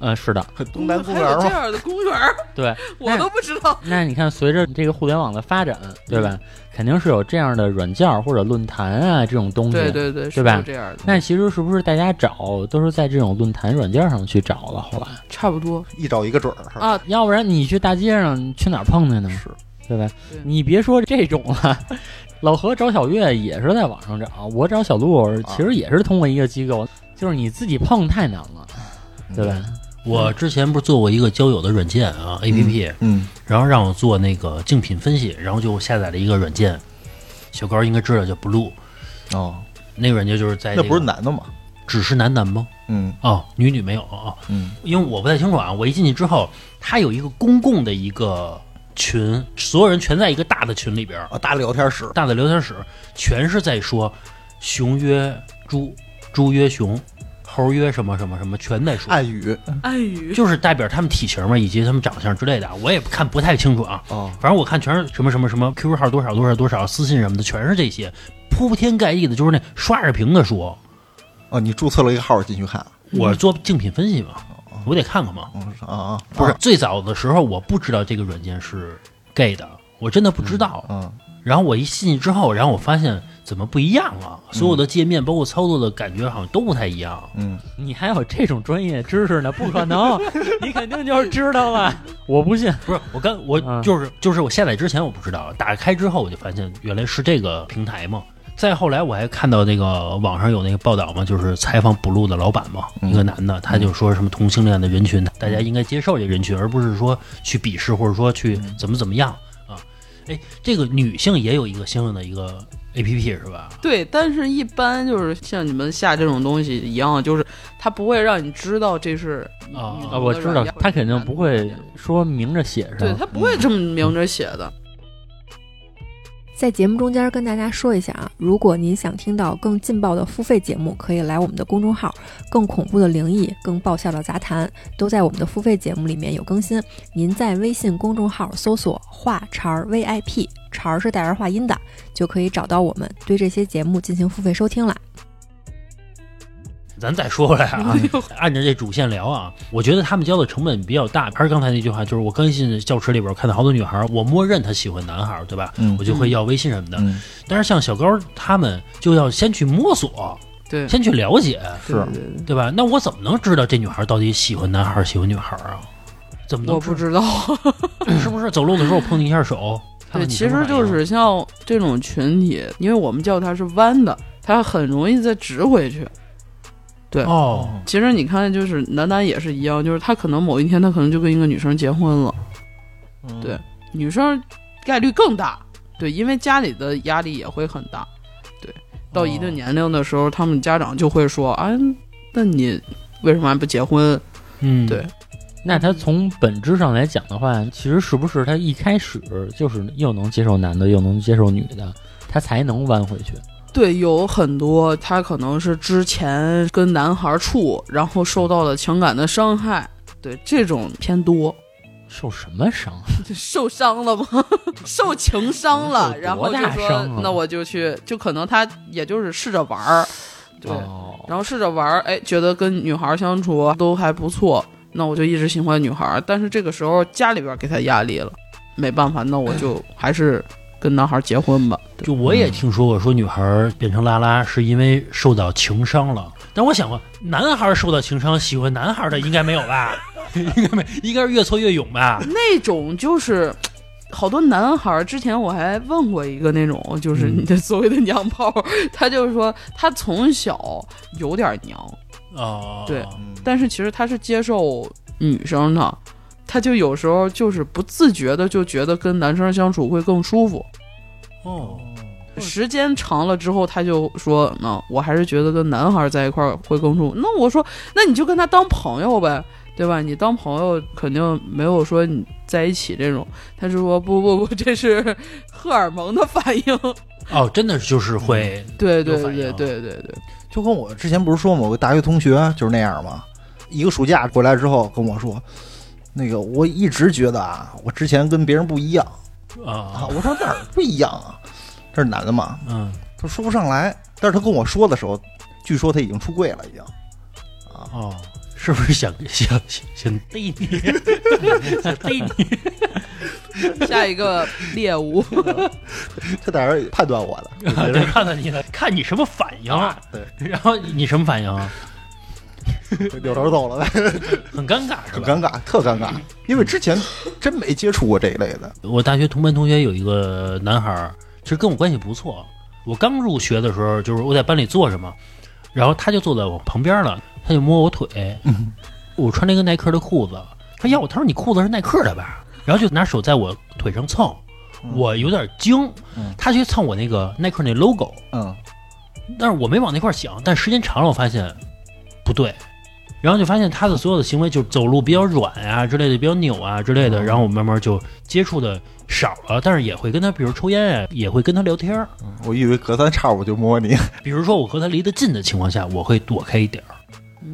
嗯，是的，东南公哦还园有这嘛，样的公园儿，对，我都不知道。那你看，随着这个互联网的发展，对吧？肯定是有这样的软件儿或者论坛啊这种东西。对对对，是对吧有这样的，那其实是不是大家找都是在这种论坛软件上去找了？后来，差不多一找一个准儿。啊。要不然你去大街上你去哪儿碰去呢？是，对吧？对你别说这种了， 老何找小月也是在网上找，我找小鹿其实也是通过一个机构，就是你自己碰太难了，嗯嗯对吧？我之前不是做过一个交友的软件啊，APP，嗯，然后让我做那个竞品分析，然后就下载了一个软件，小高应该知道叫 Blue，哦，那个软件就是在那这不是个男的吗？只是男男吗？嗯哦，女女没有啊、哦嗯，因为我不太清楚啊。我一进去之后，它有一个公共的一个群，所有人全在一个大的群里边儿，啊，大聊天室，大的聊天室全是在说熊约猪，猪约熊，猴约什么什么什么，全在说。暗语嗯暗语就是代表他们体型嘛，以及他们长相之类的，啊我也看不太清楚啊。哦，反正我看全是什么什么什么 QQ 号多少多少多少，私信什么的，全是这些，铺天盖地的，就是那刷着屏的说。哦，你注册了一个号进去看，我做竞品分析嘛，我得看看嘛。嗯啊啊，不是，最早的时候，我不知道这个软件是 gay 的，我真的不知道。嗯然后我一进去之后，然后我发现怎么不一样了？所有的界面，包括操作的感觉，好像都不太一样。嗯，你还有这种专业知识呢？不可 能，你肯定就是知道了， 我不信。不是，我刚我嗯就是就是我下载之前我不知道，打开之后我就发现原来是这个平台嘛。再后来我还看到那个网上有那个报道嘛，就是采访 blue 的老板嘛，一个男的，他就说什么同性恋的人群，大家应该接受这人群，而不是说去鄙视或者说去怎么怎么样啊。哎，这个女性也有一个相应的一个 A P P 是吧？对，但是一般就是像你们下这种东西一样，就是他不会让你知道这是女啊女啊，的我知道软件他肯定不会嗯或者说明着写是男的对上，他不会这么明着写的。在节目中间跟大家说一下啊，如果您想听到更劲爆的付费节目，可以来我们的公众号。更恐怖的灵异、更爆笑的杂谈，都在我们的付费节目里面有更新。您在微信公众号搜索“话茬儿 VIP”，茬儿是带儿化音的，就可以找到我们，对这些节目进行付费收听啦。咱再说回来啊哎嗯呦，按照这主线聊啊，我觉得他们交的成本比较大。还是刚才那句话，就是我刚进教池里边，我看到好多女孩，我默认她喜欢男孩，对吧？嗯我就会要微信什么的。嗯但是像小高他们就要先去摸索， 对，先去了解，是对对对对吧？那我怎么能知道这女孩到底喜欢男孩喜欢女孩啊？怎么能我不知道。道？ 是不是走路的时候碰你一下手？看对，看你其什么实反应就是像这种群体，因为我们叫它是弯的，它很容易再直回去。哦，其实你看，就是男男也是一样，就是他可能某一天他可能就跟一个女生结婚了，嗯对女生概率更大，对，因为家里的压力也会很大，对，到一定年龄的时候，他们家长就会说，啊，那你为什么还不结婚？嗯，对那他从本质上来讲的话，其实是不是他一开始就是又能接受男的，又能接受女的，他才能弯回去？对，有很多他可能是之前跟男孩处，然后受到了情感的伤害，对，这种偏多。受什么伤？ 受伤了吗？ 受情伤了，受然后 多就大说、伤啊那我就去，就可能他也就是试着玩儿，对，哦，然后试着玩儿，哎，觉得跟女孩相处都还不错，那我就一直喜欢女孩，但是这个时候家里边给他压力了，没办法，那我 就还是跟男孩结婚吧。就我也听说过，说女孩变成拉拉是因为受到情伤了。但我想过，男孩受到情伤，喜欢男孩的应该没有吧？应该没，应该是越挫越勇吧？那种就是。好多男孩儿，之前我还问过一个那种，就是嗯你的所谓的娘炮，他就说他从小有点娘，哦，对嗯但是其实他是接受女生的，他就有时候就是不自觉的就觉得跟男生相处会更舒服。哦，时间长了之后，他就说：“那我还是觉得跟男孩在一块儿会更舒服。”那我说：“那你就跟他当朋友呗。”对吧？你当朋友肯定没有说你在一起这种。他是说不不不，这是荷尔蒙的反应。哦，真的就是会， 对对有反应对对对对，就跟我之前不是说嘛，我大学同学就是那样嘛，一个暑假回来之后跟我说，那个我一直觉得啊，我之前跟别人不一样啊啊，，我说哪儿不一样啊？这是男的嘛？嗯，他说不上来，但是他跟我说的时候，据说他已经出柜了，已经。 哦，是不是想 想想想逮你，想逮你？下一个猎物，他在这儿判断我 的，对，看看你了，看你什么反应。对，然后你什么反应啊？扭头走了呗，很尴尬是很吧？尴尬，特尴尬，嗯因为之前真没接触过这一类的。我大学同班同学有一个男孩儿，其实跟我关系不错。我刚入学的时候，就是我在班里坐着嘛，然后他就坐在我旁边了，他就摸我腿。嗯我穿了一个耐克的裤子，他要我，他说你裤子是耐克的吧？然后就拿手在我腿上蹭，我有点惊嗯，他去蹭我那个耐克那 logo，嗯，但是我没往那块儿想，但时间长了我发现不对，然后就发现他的所有的行为就是走路比较软啊之类的，比较扭啊之类的，然后我慢慢就接触的少了，但是也会跟他，比如抽烟啊，也会跟他聊天儿，我以为隔三差五就摸你，比如说我和他离得近的情况下，我会躲开一点儿，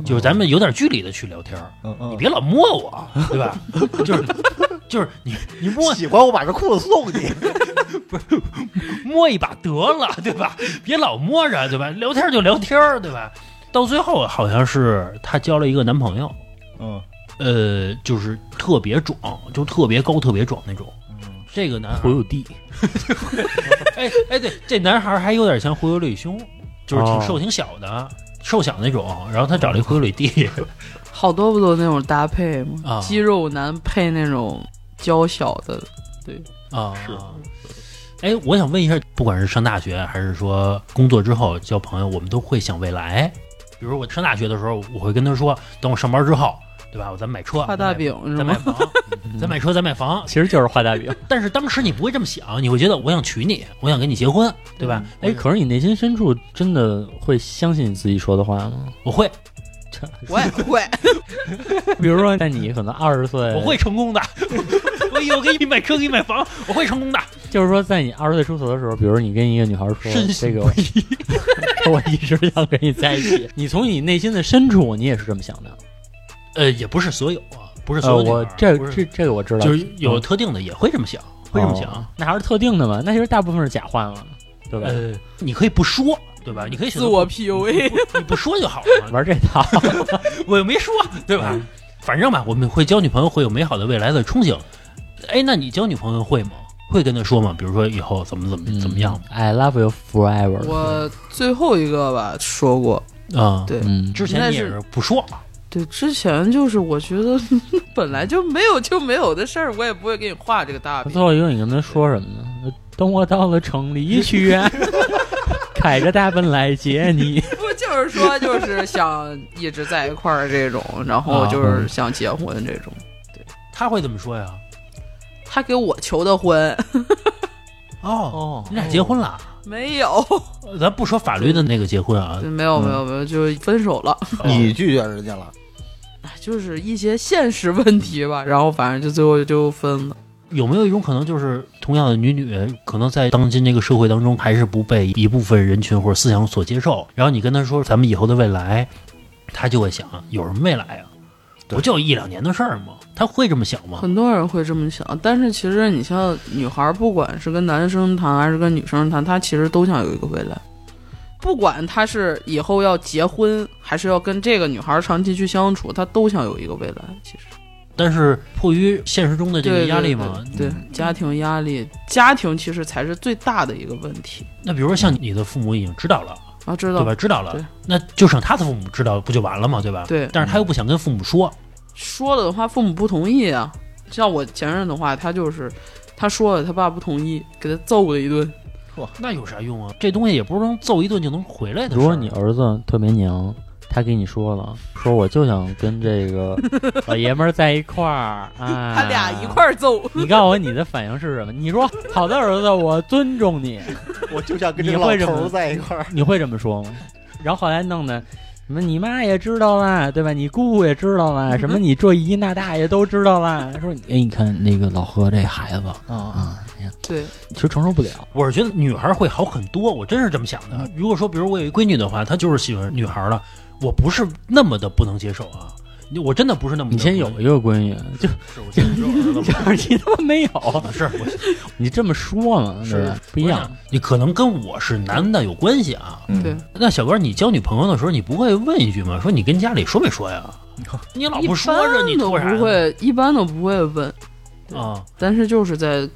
就是咱们有点距离的去聊天儿，嗯嗯你别老摸我，对吧？就是就是你你 摸喜欢我把这裤子送你，摸一把得了，对吧？别老摸着，对吧？聊天就聊天儿，对吧？到最后好像是她交了一个男朋友， 嗯，呃，就是特别壮，就特别高、特别壮那种。嗯这个男孩忽，悠弟，哎哎，对，这男孩还有点像忽悠吕兄，就是挺哦瘦、挺小的，瘦小那种。然后他找了一忽悠吕弟， 好多不都那种搭配吗？啊肌肉男配那种娇小的，啊，是。哎，我想问一下，不管是上大学还是说工作之后交朋友，我们都会想未来。比如我上大学的时候，我会跟他说，等我上班之后，对吧？我咱买车，画大饼是啊咱买 吗？房，咱买车，咱买房。其实就是画大饼。但是当时你不会这么想，你会觉得我想娶你，我想跟你结婚，对吧？哎哎，，可是你内心深处真的会相信你自己说的话吗？我会，我也 会，比如说，在你可能二十岁，我会，成功的。我以后给你买车，给你买房，我会成功的。就是说，在你二十岁出头的时候，比如你跟一个女孩说深这信个，我一直想跟你在一起，你从你内心的深处，你也是这么想的。呃，也不是所有啊，不是所呃，有女孩我儿、这不是这这个我知道，就是有特定的也会这么想，会这么想。哦那还是特定的嘛？那其实大部分是假话嘛，对吧？呃，你可以不说，对吧？你可以选自择我不 PUA。不你不说就 好了嘛。玩这套，我又没说，对吧？反正吧，我们会交女朋友，会有美好的未来的憧憬。哎，那你交女朋友会吗？会跟她说吗？比如说以后怎么怎么怎么样吗？嗯？I love you forever。我最后一个吧说过，啊、对嗯，之前你也那是不说，对，之前就是我觉得 本来就没有就没有的事儿，我也不会给你画这个大那饼最。后一个你跟他说什么呢？等我到了城里去，啊 开着大奔来接你。不就是说，就是想一直在一块儿这种，然后就是想结婚这种。他会怎么说呀？他给我求的婚，哦，哦你俩结婚了？没有，咱不说法律的那个结婚啊，没有，没有，没有，就是分手了，哎你拒绝人家了，就是一些现实问题吧。然后反正就最后就分了。有没有一种可能，就是同样的女女，可能在当今这个社会当中，还是不被一部分人群或者思想所接受？然后你跟她说咱们以后的未来，她就会想有什么未来啊？对不就一两年的事儿吗？她会这么想吗？很多人会这么想，但是其实你像女孩儿，不管是跟男生谈还是跟女生谈，她其实都想有一个未来。不管她是以后要结婚，还是要跟这个女孩儿长期去相处，她都想有一个未来。其实。但是迫于现实中的这对个对压力对嘛，对家庭压力，家庭其实才是最大的一个问题。那比如说像你的父母已经知道了，啊，知对道吧？知道对了，那就剩他的父母知道，不就完了吗？对吧？对但是他又不想跟父母说，说了的话，父母不同意啊。像我前任的话，他就是他说了，他爸不同意，给他揍了一顿。那有啥用啊？这东西也不是能揍一顿就能回来的事儿。啊如果你儿子特别娘，他给你说了，说我就想跟这 个老爷们儿在一块儿，啊，他俩一块。儿揍，你告诉我你的反应是什么？你说好的儿子，我尊重你， 我就想跟你这老会这么头儿在一块儿。你会这么说吗？然后后来弄的什么你妈也知道啦，对吧？你姑姑也知道啦，什么你这姨那大爷都知道啦。说你，哎，你看那个老何这孩子啊，嗯啊，哎呀，对，其实承受不了。我是觉得女孩会好很多，我真是这么想的。如果说，比如我有一闺女的话，她就是喜欢女孩了，我不是那么的不能接受啊，你我真的不是那么的你先有不能一个闺女，就是我先有儿子嘛就是 你他妈没有，哦是我 你这么说嘛，是对吧不一样。，你可能跟我是男的有关系啊。嗯对那小哥，你交女朋友的时候，你不会问一句吗？说你跟家里说没说呀？你老一不说着，你般都图啥呀？不会，一般都不会问，啊，但是就是在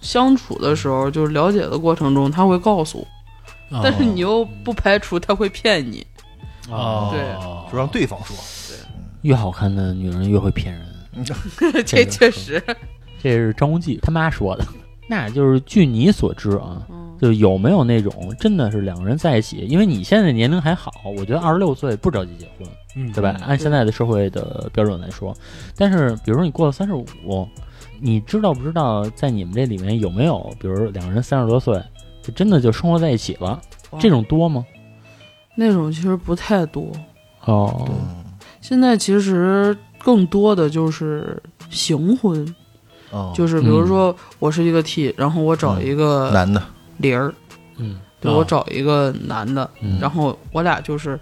相处的时候，就是了解的过程中，他会告诉我，啊但是你又不排除他会骗 你。哦，就让对方说，越好看的女人越会骗人，这确实，这是张无忌他妈说的。 那就是据你所知啊，嗯就有没有那种真的是两个人在一起？因为你现在年龄还好，我觉得二十六岁不着急结婚，嗯，对吧？按现在的社会的标准来说，但是比如说你过了三十五，你知道不知道在你们这里面有没有，比如两个人三十多岁就真的就生活在一起了，哦这种多吗？那种其实不太多，哦，嗯现在其实更多的就是行婚，哦就是比嗯如说我是一个 T，然后我找一个男的，零儿，嗯对啊我找一个男的，嗯，然后我俩就是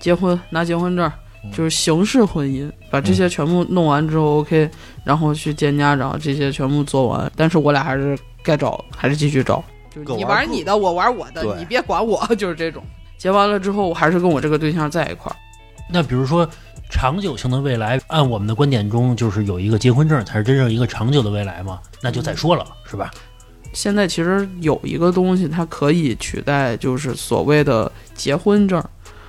结婚拿结婚证儿嗯，就是形式婚姻，把这些全部弄完之后 OK，然后去见家长，这些全部做完，但是我俩还是该找还是继续找，就是各你玩玩各你的，我玩我的，对你别管我， 就是这种。结完了之后，我还是跟我这个对象在一块儿。那比如说长久性的未来，按我们的观点中，就是有一个结婚证才是真正一个长久的未来嘛？那就再说了，是吧？现在其实有一个东西，它可以取代，就是所谓的结婚证儿。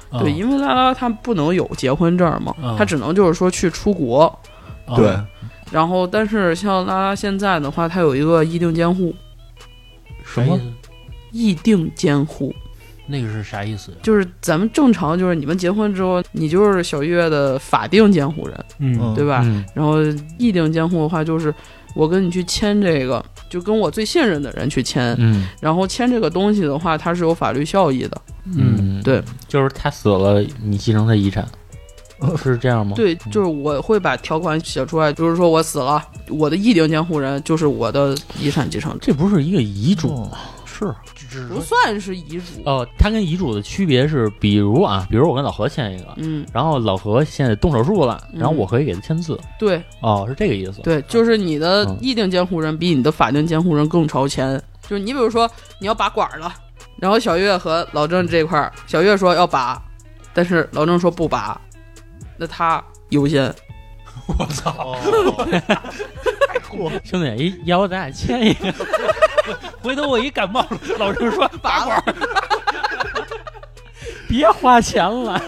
啊对，因为拉拉他不能有结婚证儿嘛，嗯他只能就是说去出国。啊对，然后，但是像拉拉现在的话，他有一个议定监护，什么啥意议定监护那个是啥意思？就是咱们正常就是你们结婚之后，你就是小月的法定监护人，嗯对吧？嗯然后议定监护的话，就是我跟你去签这个，就跟我最信任的人去签。嗯然后签这个东西的话，它是有法律效益的。嗯，对，就是他死了，你继承他遗 产，是这样吗？对，就是我会把条款写出来，就是说我死了，我的议定监护人就是我的遗产继承者，这不是一个遗嘱吗哦是只是不说算是遗嘱。哦，它跟遗嘱的区别是，比如啊，比如我跟老何签一个，嗯，然后老何现在动手术了，嗯然后我可以给他签字。对哦，是这个意思。对，就是你的嗯议定监护人比你的法定监护人更超前。就是你比如说你要拔管儿了，然后小月和老郑这块儿，小月说要拔，但是老郑说不拔，那他优先。我操，哦兄弟，一要不咱俩签一个？回头我一感冒，老郑说拔管儿，别花钱了。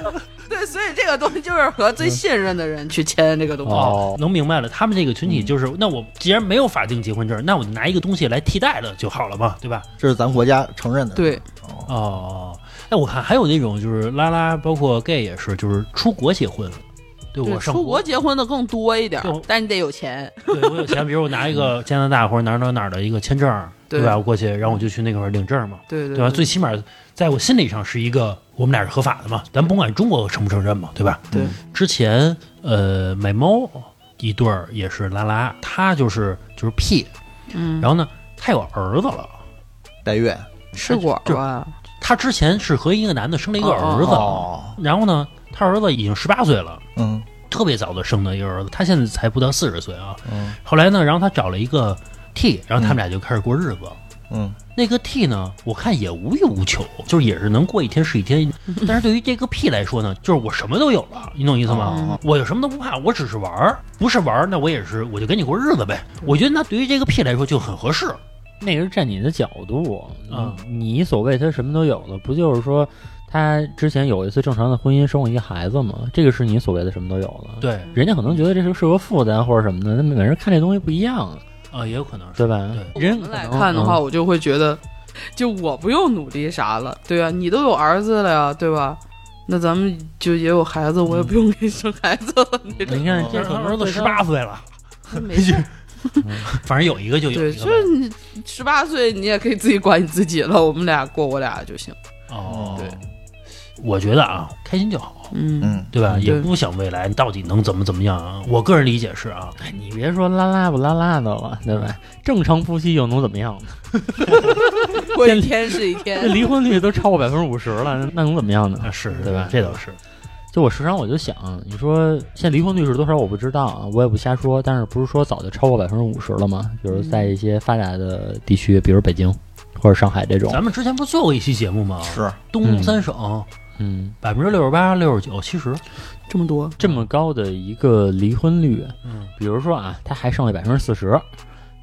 对，所以这个东西就是和嗯最信任的人去签这个东西。哦，能明白了。他们这个群体就是，那我既然没有法定结婚证，那我就拿一个东西来替代了就好了嘛，对吧？ 这是咱国家承认的，对，哦，哦，哎，我看还有那种就是拉拉，包括 gay 也是，就是出国结婚，对对我上出国结婚的更多一点儿对我，但你得有钱。对我有钱，比如我拿一个加拿大或者哪儿哪儿哪儿的一个签证，对对吧？我过去，然后我就去那块儿领证嘛，对对对吧？最起码在我心理上是一个我们俩是合法的嘛，咱甭管中国承不承认嘛，对吧？对，之前呃买猫一对儿也是拉拉，他就是就是 P，嗯然后呢他有儿子了。代孕试啊管就吧，他之前是和一个男的生了一个儿子，哦，然后呢，他儿子已经十八岁了，嗯特别早的生的一个儿子，他现在才不到四十岁啊。嗯后来呢，然后他找了一个 T，然后他们俩就开始过日子。嗯，那个 T 呢，我看也无欲无求，就是也是能过一天是一天。但是对于这个 P 来说呢，就是我什么都有了，你懂意思吗？嗯我有什么都不怕，我只是玩儿，不是玩儿，那我也是我就跟你过日子呗。我觉得那对于这个 P 来说就很合适。那是站你的角度。嗯你你所谓他什么都有了，不就是说他之前有一次正常的婚姻，生过一个孩子吗？这个是你所谓的什么都有了。，对，人家可能觉得这是是个负担或者什么的，那每人看这东西不一样，啊、也有可能是。对吧？对人我们可来能看的话，嗯我就会觉得，就我不用努力啥了，对啊，你都有儿子了呀，对吧？那咱们就也有孩子，我也不用给你生孩子了那种。你看这这可可能能都对十他八岁了，没事，反正有一个就有对，一个就呗。是你十八岁，你也可以自己管你自己了，我们俩过我俩就行。哦，对，我觉得啊，开心就好，嗯， 嗯，对吧？嗯也对不想未来你到底能怎么怎么样啊。我个人理解是啊，哎你别说拉拉不拉拉的了，对吧？正常夫妻又能怎么样呢？过一天是一这 天。离婚率都超过百分之五十了，那能怎么样呢？啊是对吧这倒是，就我时常我就想，你说现在离婚率是多少？我不知道啊，我也不瞎说。但是不是说早就超过百分之五十了吗？比如在一些发达的地区，比如北京或者上海这种，咱们之前不是做过一期节目吗？是东嗯东三省嗯，百分之六十八、六十九、七十，这么多，这么高的一个离婚率，嗯，比如说啊，他还剩下百分之四十，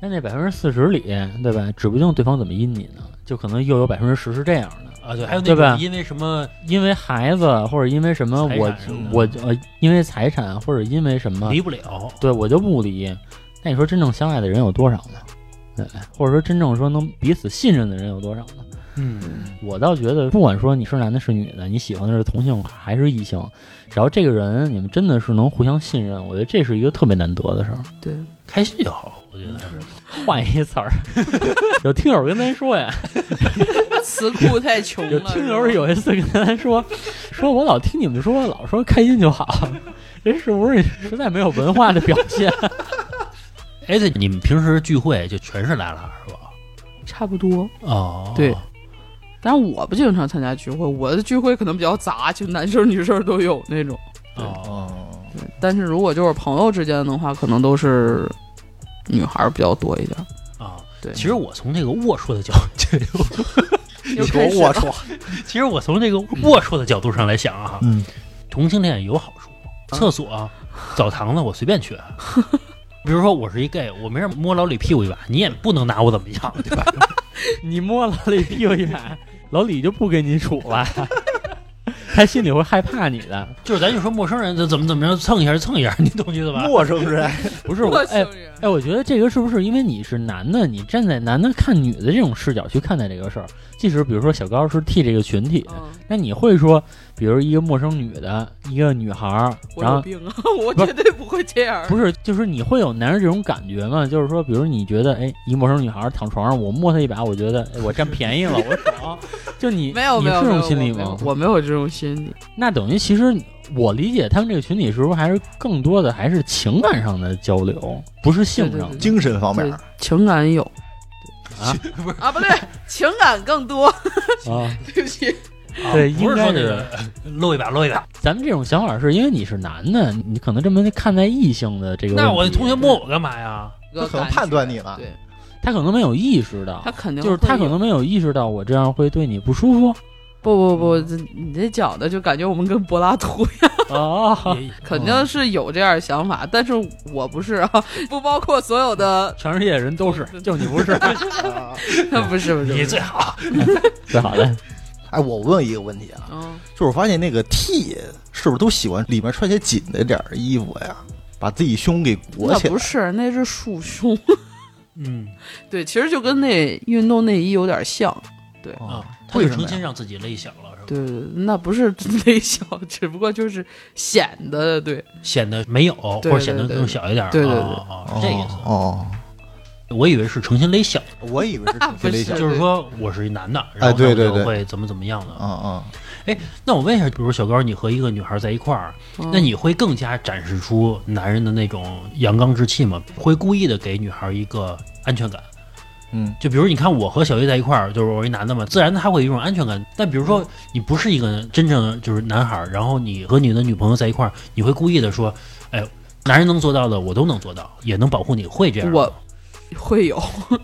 那那百分之四十里，对吧？指不定对方怎么阴你呢，就可能又有百分之十是这样的，啊，对，还有对那吧个因为什么因为孩子或者因为什么财产我什么的我呃，因为财产或者因为什么，离不了，对我就不离。那你说真正相爱的人有多少呢？对，或者说真正说能彼此信任的人有多少呢？嗯，我倒觉得，不管说你是男的是女的，你喜欢的是同性还是异性，只要这个人你们真的是能互相信任，我觉得这是一个特别难得的事儿。对，开心就好，我觉得是。换一词儿， 有听友跟咱说 呀，词库太穷有了。听友有一次跟咱说，说我老听你们说，老说开心就好， 这是不是实在没有文化的表现？哎，对，你们平时聚会就全是拉拉是吧？差不多。哦，对但是我不经常参加聚会，我的聚会可能比较杂，就男生女生都有那种。哦，哦，但是如果就是朋友之间的话，可能都是女孩儿比较多一点。啊，对，其实我从这个龌龊的角， 你又说开始龌了 龊，其实我从这个龌龊的角度上来想啊，嗯，同性恋有好处，厕所、啊澡堂子我随便去。啊 比如说我是一 gay，我没事摸老李屁股一把，你也不能拿我怎么样，对吧？你摸老李屁股一把，老李就不跟你处了， 他心里会害怕你的。就是咱就说陌生人怎么怎么着蹭一下就蹭一下，你懂意思吧？啊陌生人，不是我，哎人哎，我觉得这个是不是因为你是男的，你站在男的看女的这种视角去看待这个事儿？即使比如说小高是替这个群体，嗯，那你会说，比如一个陌生女的，一个女孩儿，我然有后病啊！我不绝对不会这样。不是，就是你会有男人这种感觉吗？就是说，比如你觉得，哎，一陌生女孩躺床上，我摸她一把，我觉得、哎、我占便宜了，我爽。 就你没有你没有是这没有种心理我没有吗？我没有这种心理。那等于其实我理解他们这个群体是不是还是更多的还是情感上的交流，不是性上的对对对 精神方面对，情感有啊 啊，不对，情感更多。啊？对不起，啊对不应是该说那是个搂一把搂一把，咱们这种想法是因为你是男的，你可能这么看待异性的这个问题，那我同学摸我干嘛呀？他可能判断你了，对他可能没有意识到他，肯定就是他会可有能没有意识到我这样会对你不舒服不不不，这你这讲的就感觉我们跟柏拉图 啊。也肯定是有这样想法，但是我不是啊， 不包括所 有的，全世界人都是，就你不是啊不是不是，你最好 最好的。哎，我问一个问题啊，嗯，就是我发现那个 T 是不是都喜欢里面穿些紧的点儿衣服呀，把自己胸给裹那起来？不是，那是束胸，嗯 对，其实就跟那运动内衣有点像，啊啊，，他为就什成么呀心让自己勒小了，是吧？对，那不是 内小，只不过就是显得对，显得没有，或对者显得对对更小一点儿。对对对哦哦哦啊是这意思。哦，我以为是诚心勒小，哦我以为是成心勒对哎小不，就是说我是一男的，然后对对我对就会怎么怎么样哦的。嗯那我问一下，比如小高，你和一个女孩在一块儿，嗯那你会更加展示出男人的那种阳刚之气吗？会故意的给女孩一个安全感？嗯就比如你看我和小月在一块儿，就是我一男的嘛，自然他会有一种安全感。但比如说你不是一个真正的就是男孩儿，然后你和你的女朋友在一块儿，你会故意的说，哎，男人能做到的我都能做到，也能保护你，会这样吗？我会有，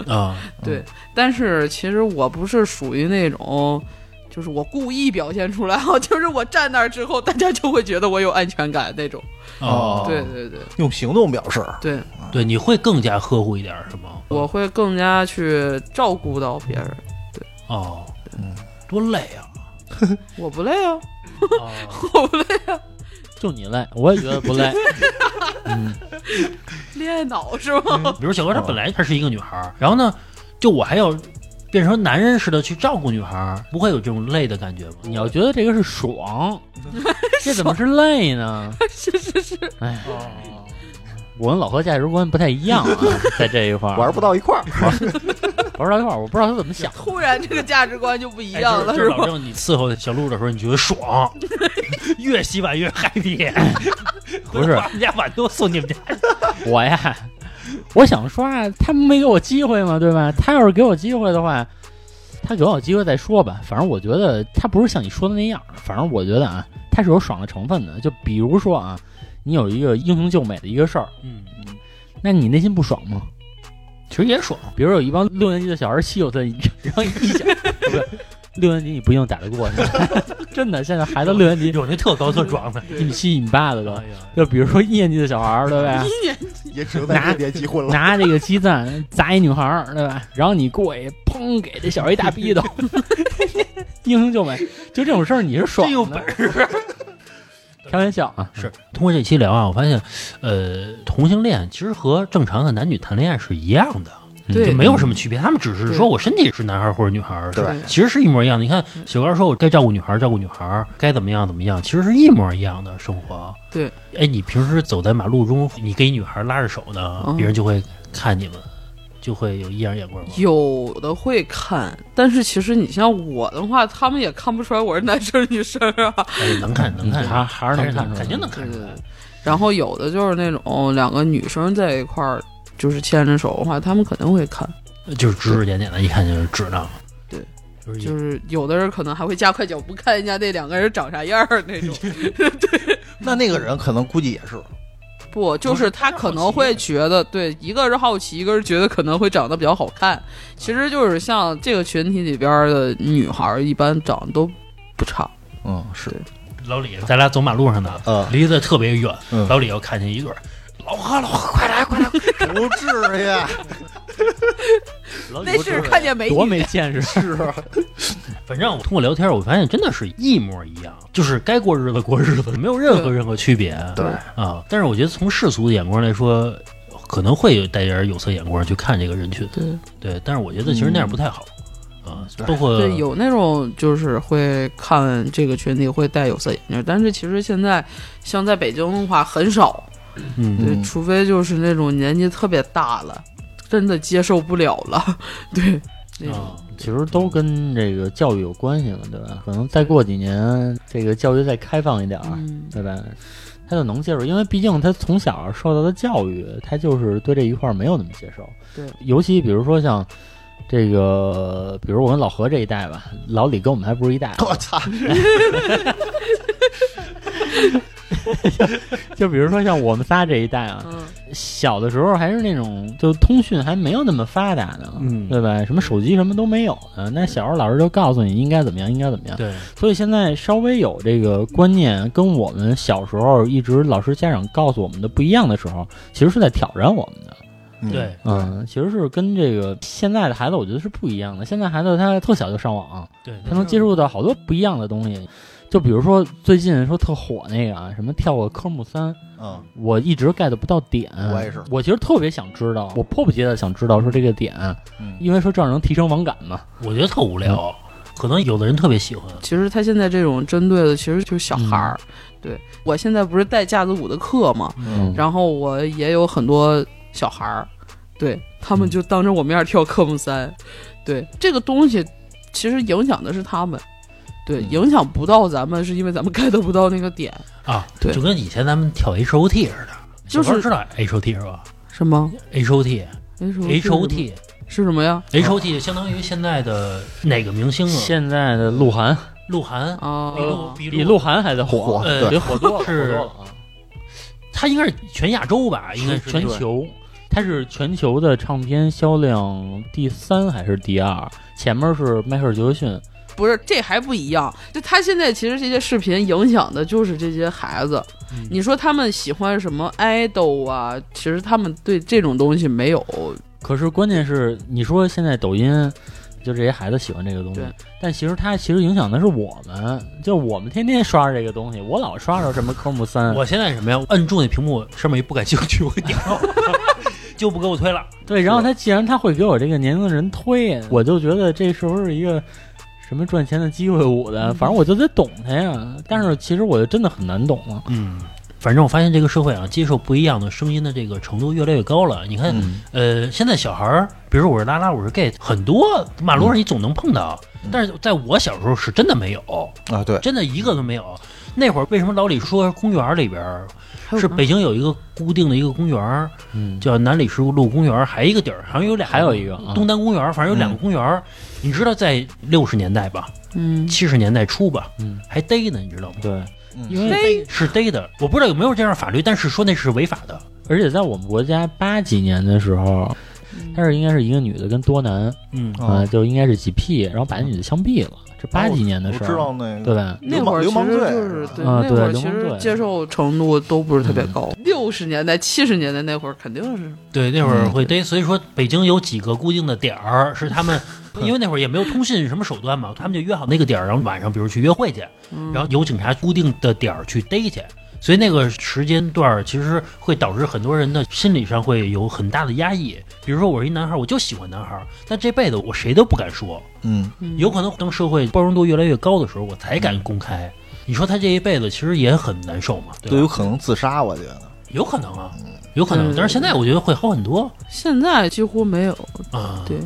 啊、对，但是其实我不是属于那种。就是我故意表现出来， 就是我站那儿之后，大家就会觉得我有安全感那种。哦，对对对用行动表示。啊对，对，你会更加呵护一点儿是吗？我会更加去照顾到别人。哦，多累啊！我不累啊，哦我不累，就你累，我也觉 得不累。嗯，恋爱脑是吗？ 比如小哥她本来她是一个女孩儿，然后呢，就我还要变成男人似的去照顾女孩儿，不会有这种累的感觉吗？你要觉得这个是 爽，这怎么是累呢？是是是，哎， 我跟老何价值观不太一样啊，在这一块儿 玩不到一块儿，玩到一块儿，我不知道他怎么想的。突然这个价值观就不一哎样了，就是是保吧？证你伺候小鹿的时候，你觉得爽，越洗碗越 happy。不是我把我们家碗都送你们家，我呀，我想刷，他没给我机会嘛，对吧？他要是给我机会的话，他给我机会再说吧。反正我觉得他不是像你说的那样，反正我觉得啊，他是有爽的成分的。就比如说啊，你有一个英雄救美的一个事儿，嗯，那你内心不爽吗？其实也爽。比如有一帮六年级的小孩欺负他，你然后你一 想，不是六年级你不一定打得过，你知道吗真的，现在孩子六年级有那特高特壮的，一米七一米八的都哎。呀就比如说一年级的小孩儿，对吧？一年也只能在这点结婚了。拿这个鸡蛋砸一女孩儿，对吧？然后你过去，砰，给这小孩一 大逼斗，英雄救美，就这种事儿你是爽这有本的，开玩笑啊，是通过这期聊啊，我发现，呃，同性恋其实和正常的男女谈恋爱是一样的，对嗯就没有什么区别。他们只是说我身体是男孩或者女孩，对对其实是一模一样的。你看小高说我该照顾女孩照顾女孩，该怎么样怎么样，其实是一模一样的生活。对，哎，你平时走在马路中，你给女孩拉着手呢，嗯别人就会看你们，就会有异样眼光吗？有的会看，但是其实你像我的话，他们也看不出来我是男生女生啊。哎，能看能看，嗯还还是能看出来，肯定能看出来。然后有的就是那种两个女生在一块儿，就是牵着手的话，他们肯定会看。呃就是指指点点的，一看就是指的。对，就是有就是有的人可能还会加快脚步看一下那两个人长啥样儿那种。那那个人可能估计也是，不，就是他可能会觉得，对，一个是好奇，一个是觉得可能会长得比较好看。其实就是像这个群体里边儿的女孩儿，一般长得都不差。嗯， 是，老李，咱俩走马路上呢，嗯，离得特别远，嗯老李又看见一对儿，老何老何快来快来，不至于，啊老 那李是看见美多女，没见识，是啊，反正我通过聊天，我发现真的是一模一样，就是该过日子过日子，没有任何对任何区别对，啊。但是我觉得从世俗的眼光来说，可能会有带点有色眼光去看这个人群，对对。但是我觉得其实那样不太好、啊，包括嗯对，有那种就是会看这个群体会戴有色眼镜儿，但是其实现在像在北京的话很少，嗯对，嗯除非就是那种年纪特别大了，真的接受不了了， 对，那种。啊，其实都跟这个教育有关系了，对吧？可能再过几年，这个教育再开放一点儿，嗯对吧？他就能接受，因为毕竟他从小受到的教育，他就是对这一块儿没有那么接受。对，尤其比如说像这个，比如我跟老何这一代吧，老李跟我们还不是 一代， 我操，就比如说像我们仨这一代啊，嗯，小的时候还是那种就通讯还没有那么发达呢，嗯对吧？什么手机什么都没有呢，那小时候老师就告诉你应该怎么样，应该怎么样。对，所以现在稍微有这个观念，跟我们小时候一直老师家长告诉我们的不一样的时候，其实是在挑战我们的。嗯对，嗯，其实是跟这个现在的孩子，我觉得是不一样的。现在孩子他特小就上网，对，啊他能接触到好多不一样的东西。就比如说最近说特火那个啊，什么跳个科目三，嗯，我一直 get 不到点。我也是我其实特别想知道，我迫不及待地想知道说这个点，嗯，因为说这样能提升网感嘛。我觉得特无聊，嗯可能有的人特别喜欢，其实他现在这种针对的其实就是小孩儿。对我现在不是带架子鼓的课嘛，嗯，然后我也有很多小孩儿，对他嗯们就当着我面儿跳科目三，对这个东西其实影响的是他们。对，嗯影响不到咱们，是因为咱们 get 不到那个点，啊，对就跟以前咱们跳 H O T 似的，就是小孩知道 H O T 是吧是吗？H O T H O T 是什么呀？ H O T 就相当于现在的哪个明星啊？现在的鹿晗鹿晗，比鹿啊，比哦比鹿，晗还在火火，呃比火 多了，是火多了啊。他应该是全亚洲吧？应该是全那个。球，它是全球的唱片销量第三还是第二？前面是迈克尔·杰克逊，不是，这还不一样。就他现在其实这些视频影响的就是这些孩子。嗯你说他们喜欢什么 idol 啊？其实他们对这种东西没有可是关键是，你说现在抖音，就这些孩子喜欢这个东西对，但其实它其实影响的是我们，就我们天天刷这个东西，我老刷着什么科目三，我现在什么呀？我摁住那屏幕上面一不感兴趣，我 点了，就不给我推了。对，然后他既然他会给我这个年龄的人推，我就觉得这是不是一个什么赚钱的机会？我的，反正我就得懂他呀。但是其实我就真的很难懂了。嗯，反正我发现这个社会啊，接受不一样的声音的这个程度越来越高了。你看，嗯呃，现在小孩儿，比如说我是拉拉，我是 gay，很多马路上你总能碰到，但是在我小时候是真的没有，啊，对，真的一个都没有。那会儿为什么老李说公园里边儿是北京有一个固定的一个公园儿，嗯，叫南礼士路公园儿，还有一个地儿，好像有俩，还有一个啊嗯东单公园儿，反正有两个公园儿。你知道在六十年代吧，嗯，七十年代初吧，嗯，还逮呢，你知道吗？对，嗯因为嘿，是逮的，我不知道有没有这样法律，但是说那是违法的。而且在我们国家八几年的时候，他是应该是一个女的跟多男，嗯，啊，哦就应该是几 P，然后把那女的枪毙了，这八几年的事我儿，知道那对个，啊吧？那会儿流其氓实罪就是对，啊那会儿对其流氓实罪接受程度都不是特别高。六十年代、七十年代那会儿肯定是对，那会儿会逮，所以说北京有几个固定的点儿是他们，因为那会儿也没有通信什么手段嘛，他们就约好那个点儿，然后晚上比如去约会去，然后有警察固定的点儿去逮去，所以那个时间段儿其实会导致很多人的心理上会有很大的压抑。比如说我是一男孩儿，我就喜欢男孩儿，但这辈子我谁都不敢说，嗯，有可能当社会包容度越来越高的时候，我才敢公开。你说他这一辈子其实也很难受嘛，对都有吧？可能自杀，我觉得。有可能啊，有可能。嗯但是现在我觉得会好很多现在几乎没有。啊。对，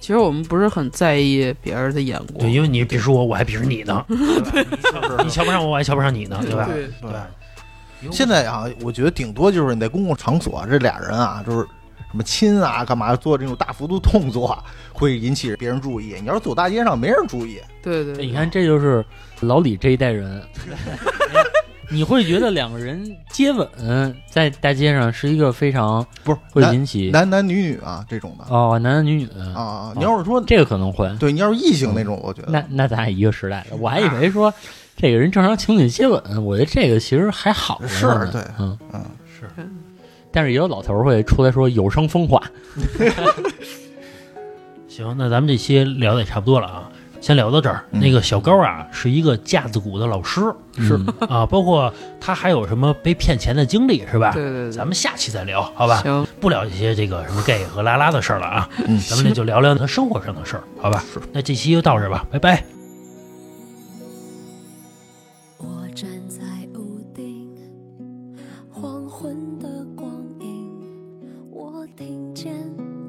其实我们不是很在意别人的眼光对，。因为你鄙视我，我还鄙视你 呢。你瞧不上我，我还瞧不上你呢，对吧？对对吧。现在啊，我觉得顶多就是你在公共场所这俩人啊，就是什么亲啊，干嘛做这种大幅度动作 啊，会引起别人注意。你要是走大街上，没人注意，对对，对你看，这就是老李这一代人。 你会觉得两个人接吻在大街上是一个非常不是会男引起男男女女啊这种的哦男男女女的，啊。你要是说这个可能会。对，你要是异性那种，我觉那得那咱俩一个时代的，我还以为说这个人正常情侣接吻，我觉得这个其实还好呢。是对嗯嗯是。但是也有老头儿会出来说有伤风化，行，那咱们这期聊的也差不多了啊，先聊到这儿。嗯那个小高啊，是一个架子鼓的老师是啊，包括他还有什么被骗钱的经历是吧？对对对咱们下期再聊，好吧？行，不聊这些这个什么 gay 和拉拉的事儿了啊，嗯咱们这就聊聊他生活上的事儿，好吧？那这期就到这儿吧，拜拜。我站在屋顶，黄昏的光影，我听见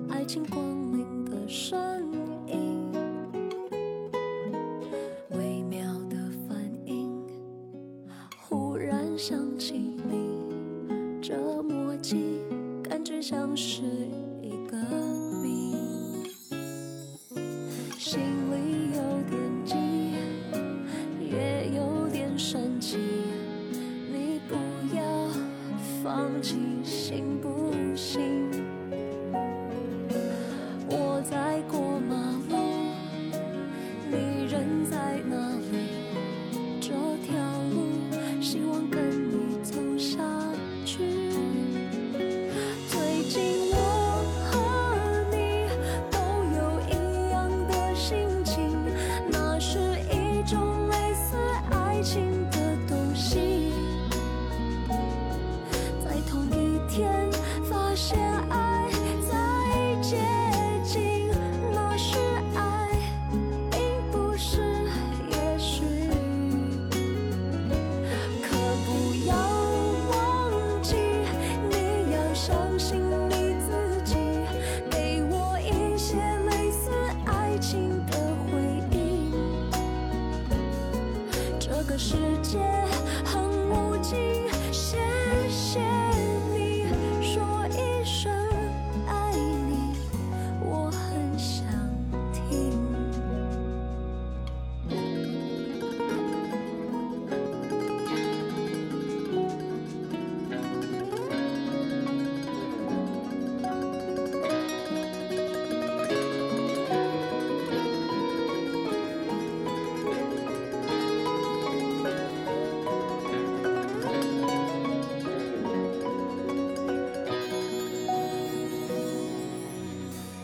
爱情光临的声音，微妙的反应，忽然想起你，这默契感觉像是一个谜，心里有点急。也有点生气。你不要放弃，行不行？我在过马路，你人在哪里？这条路，希望跟你走下去。最近我和你都有一样的心情，那是一种类似爱情的东西。在同一天发现爱在接近，那是爱，并不是也许。可不要忘记，你要相信你自己，给我一些类似爱情的回忆。这个世界很无尽，谢谢你说一声爱你，我很想听。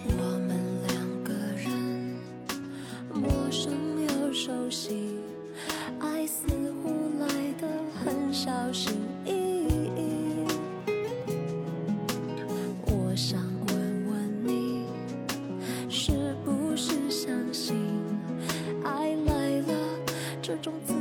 我们两个人，陌生又熟悉，爱似乎来得很小心翼翼。我想问问你，是不是相信爱来了这种自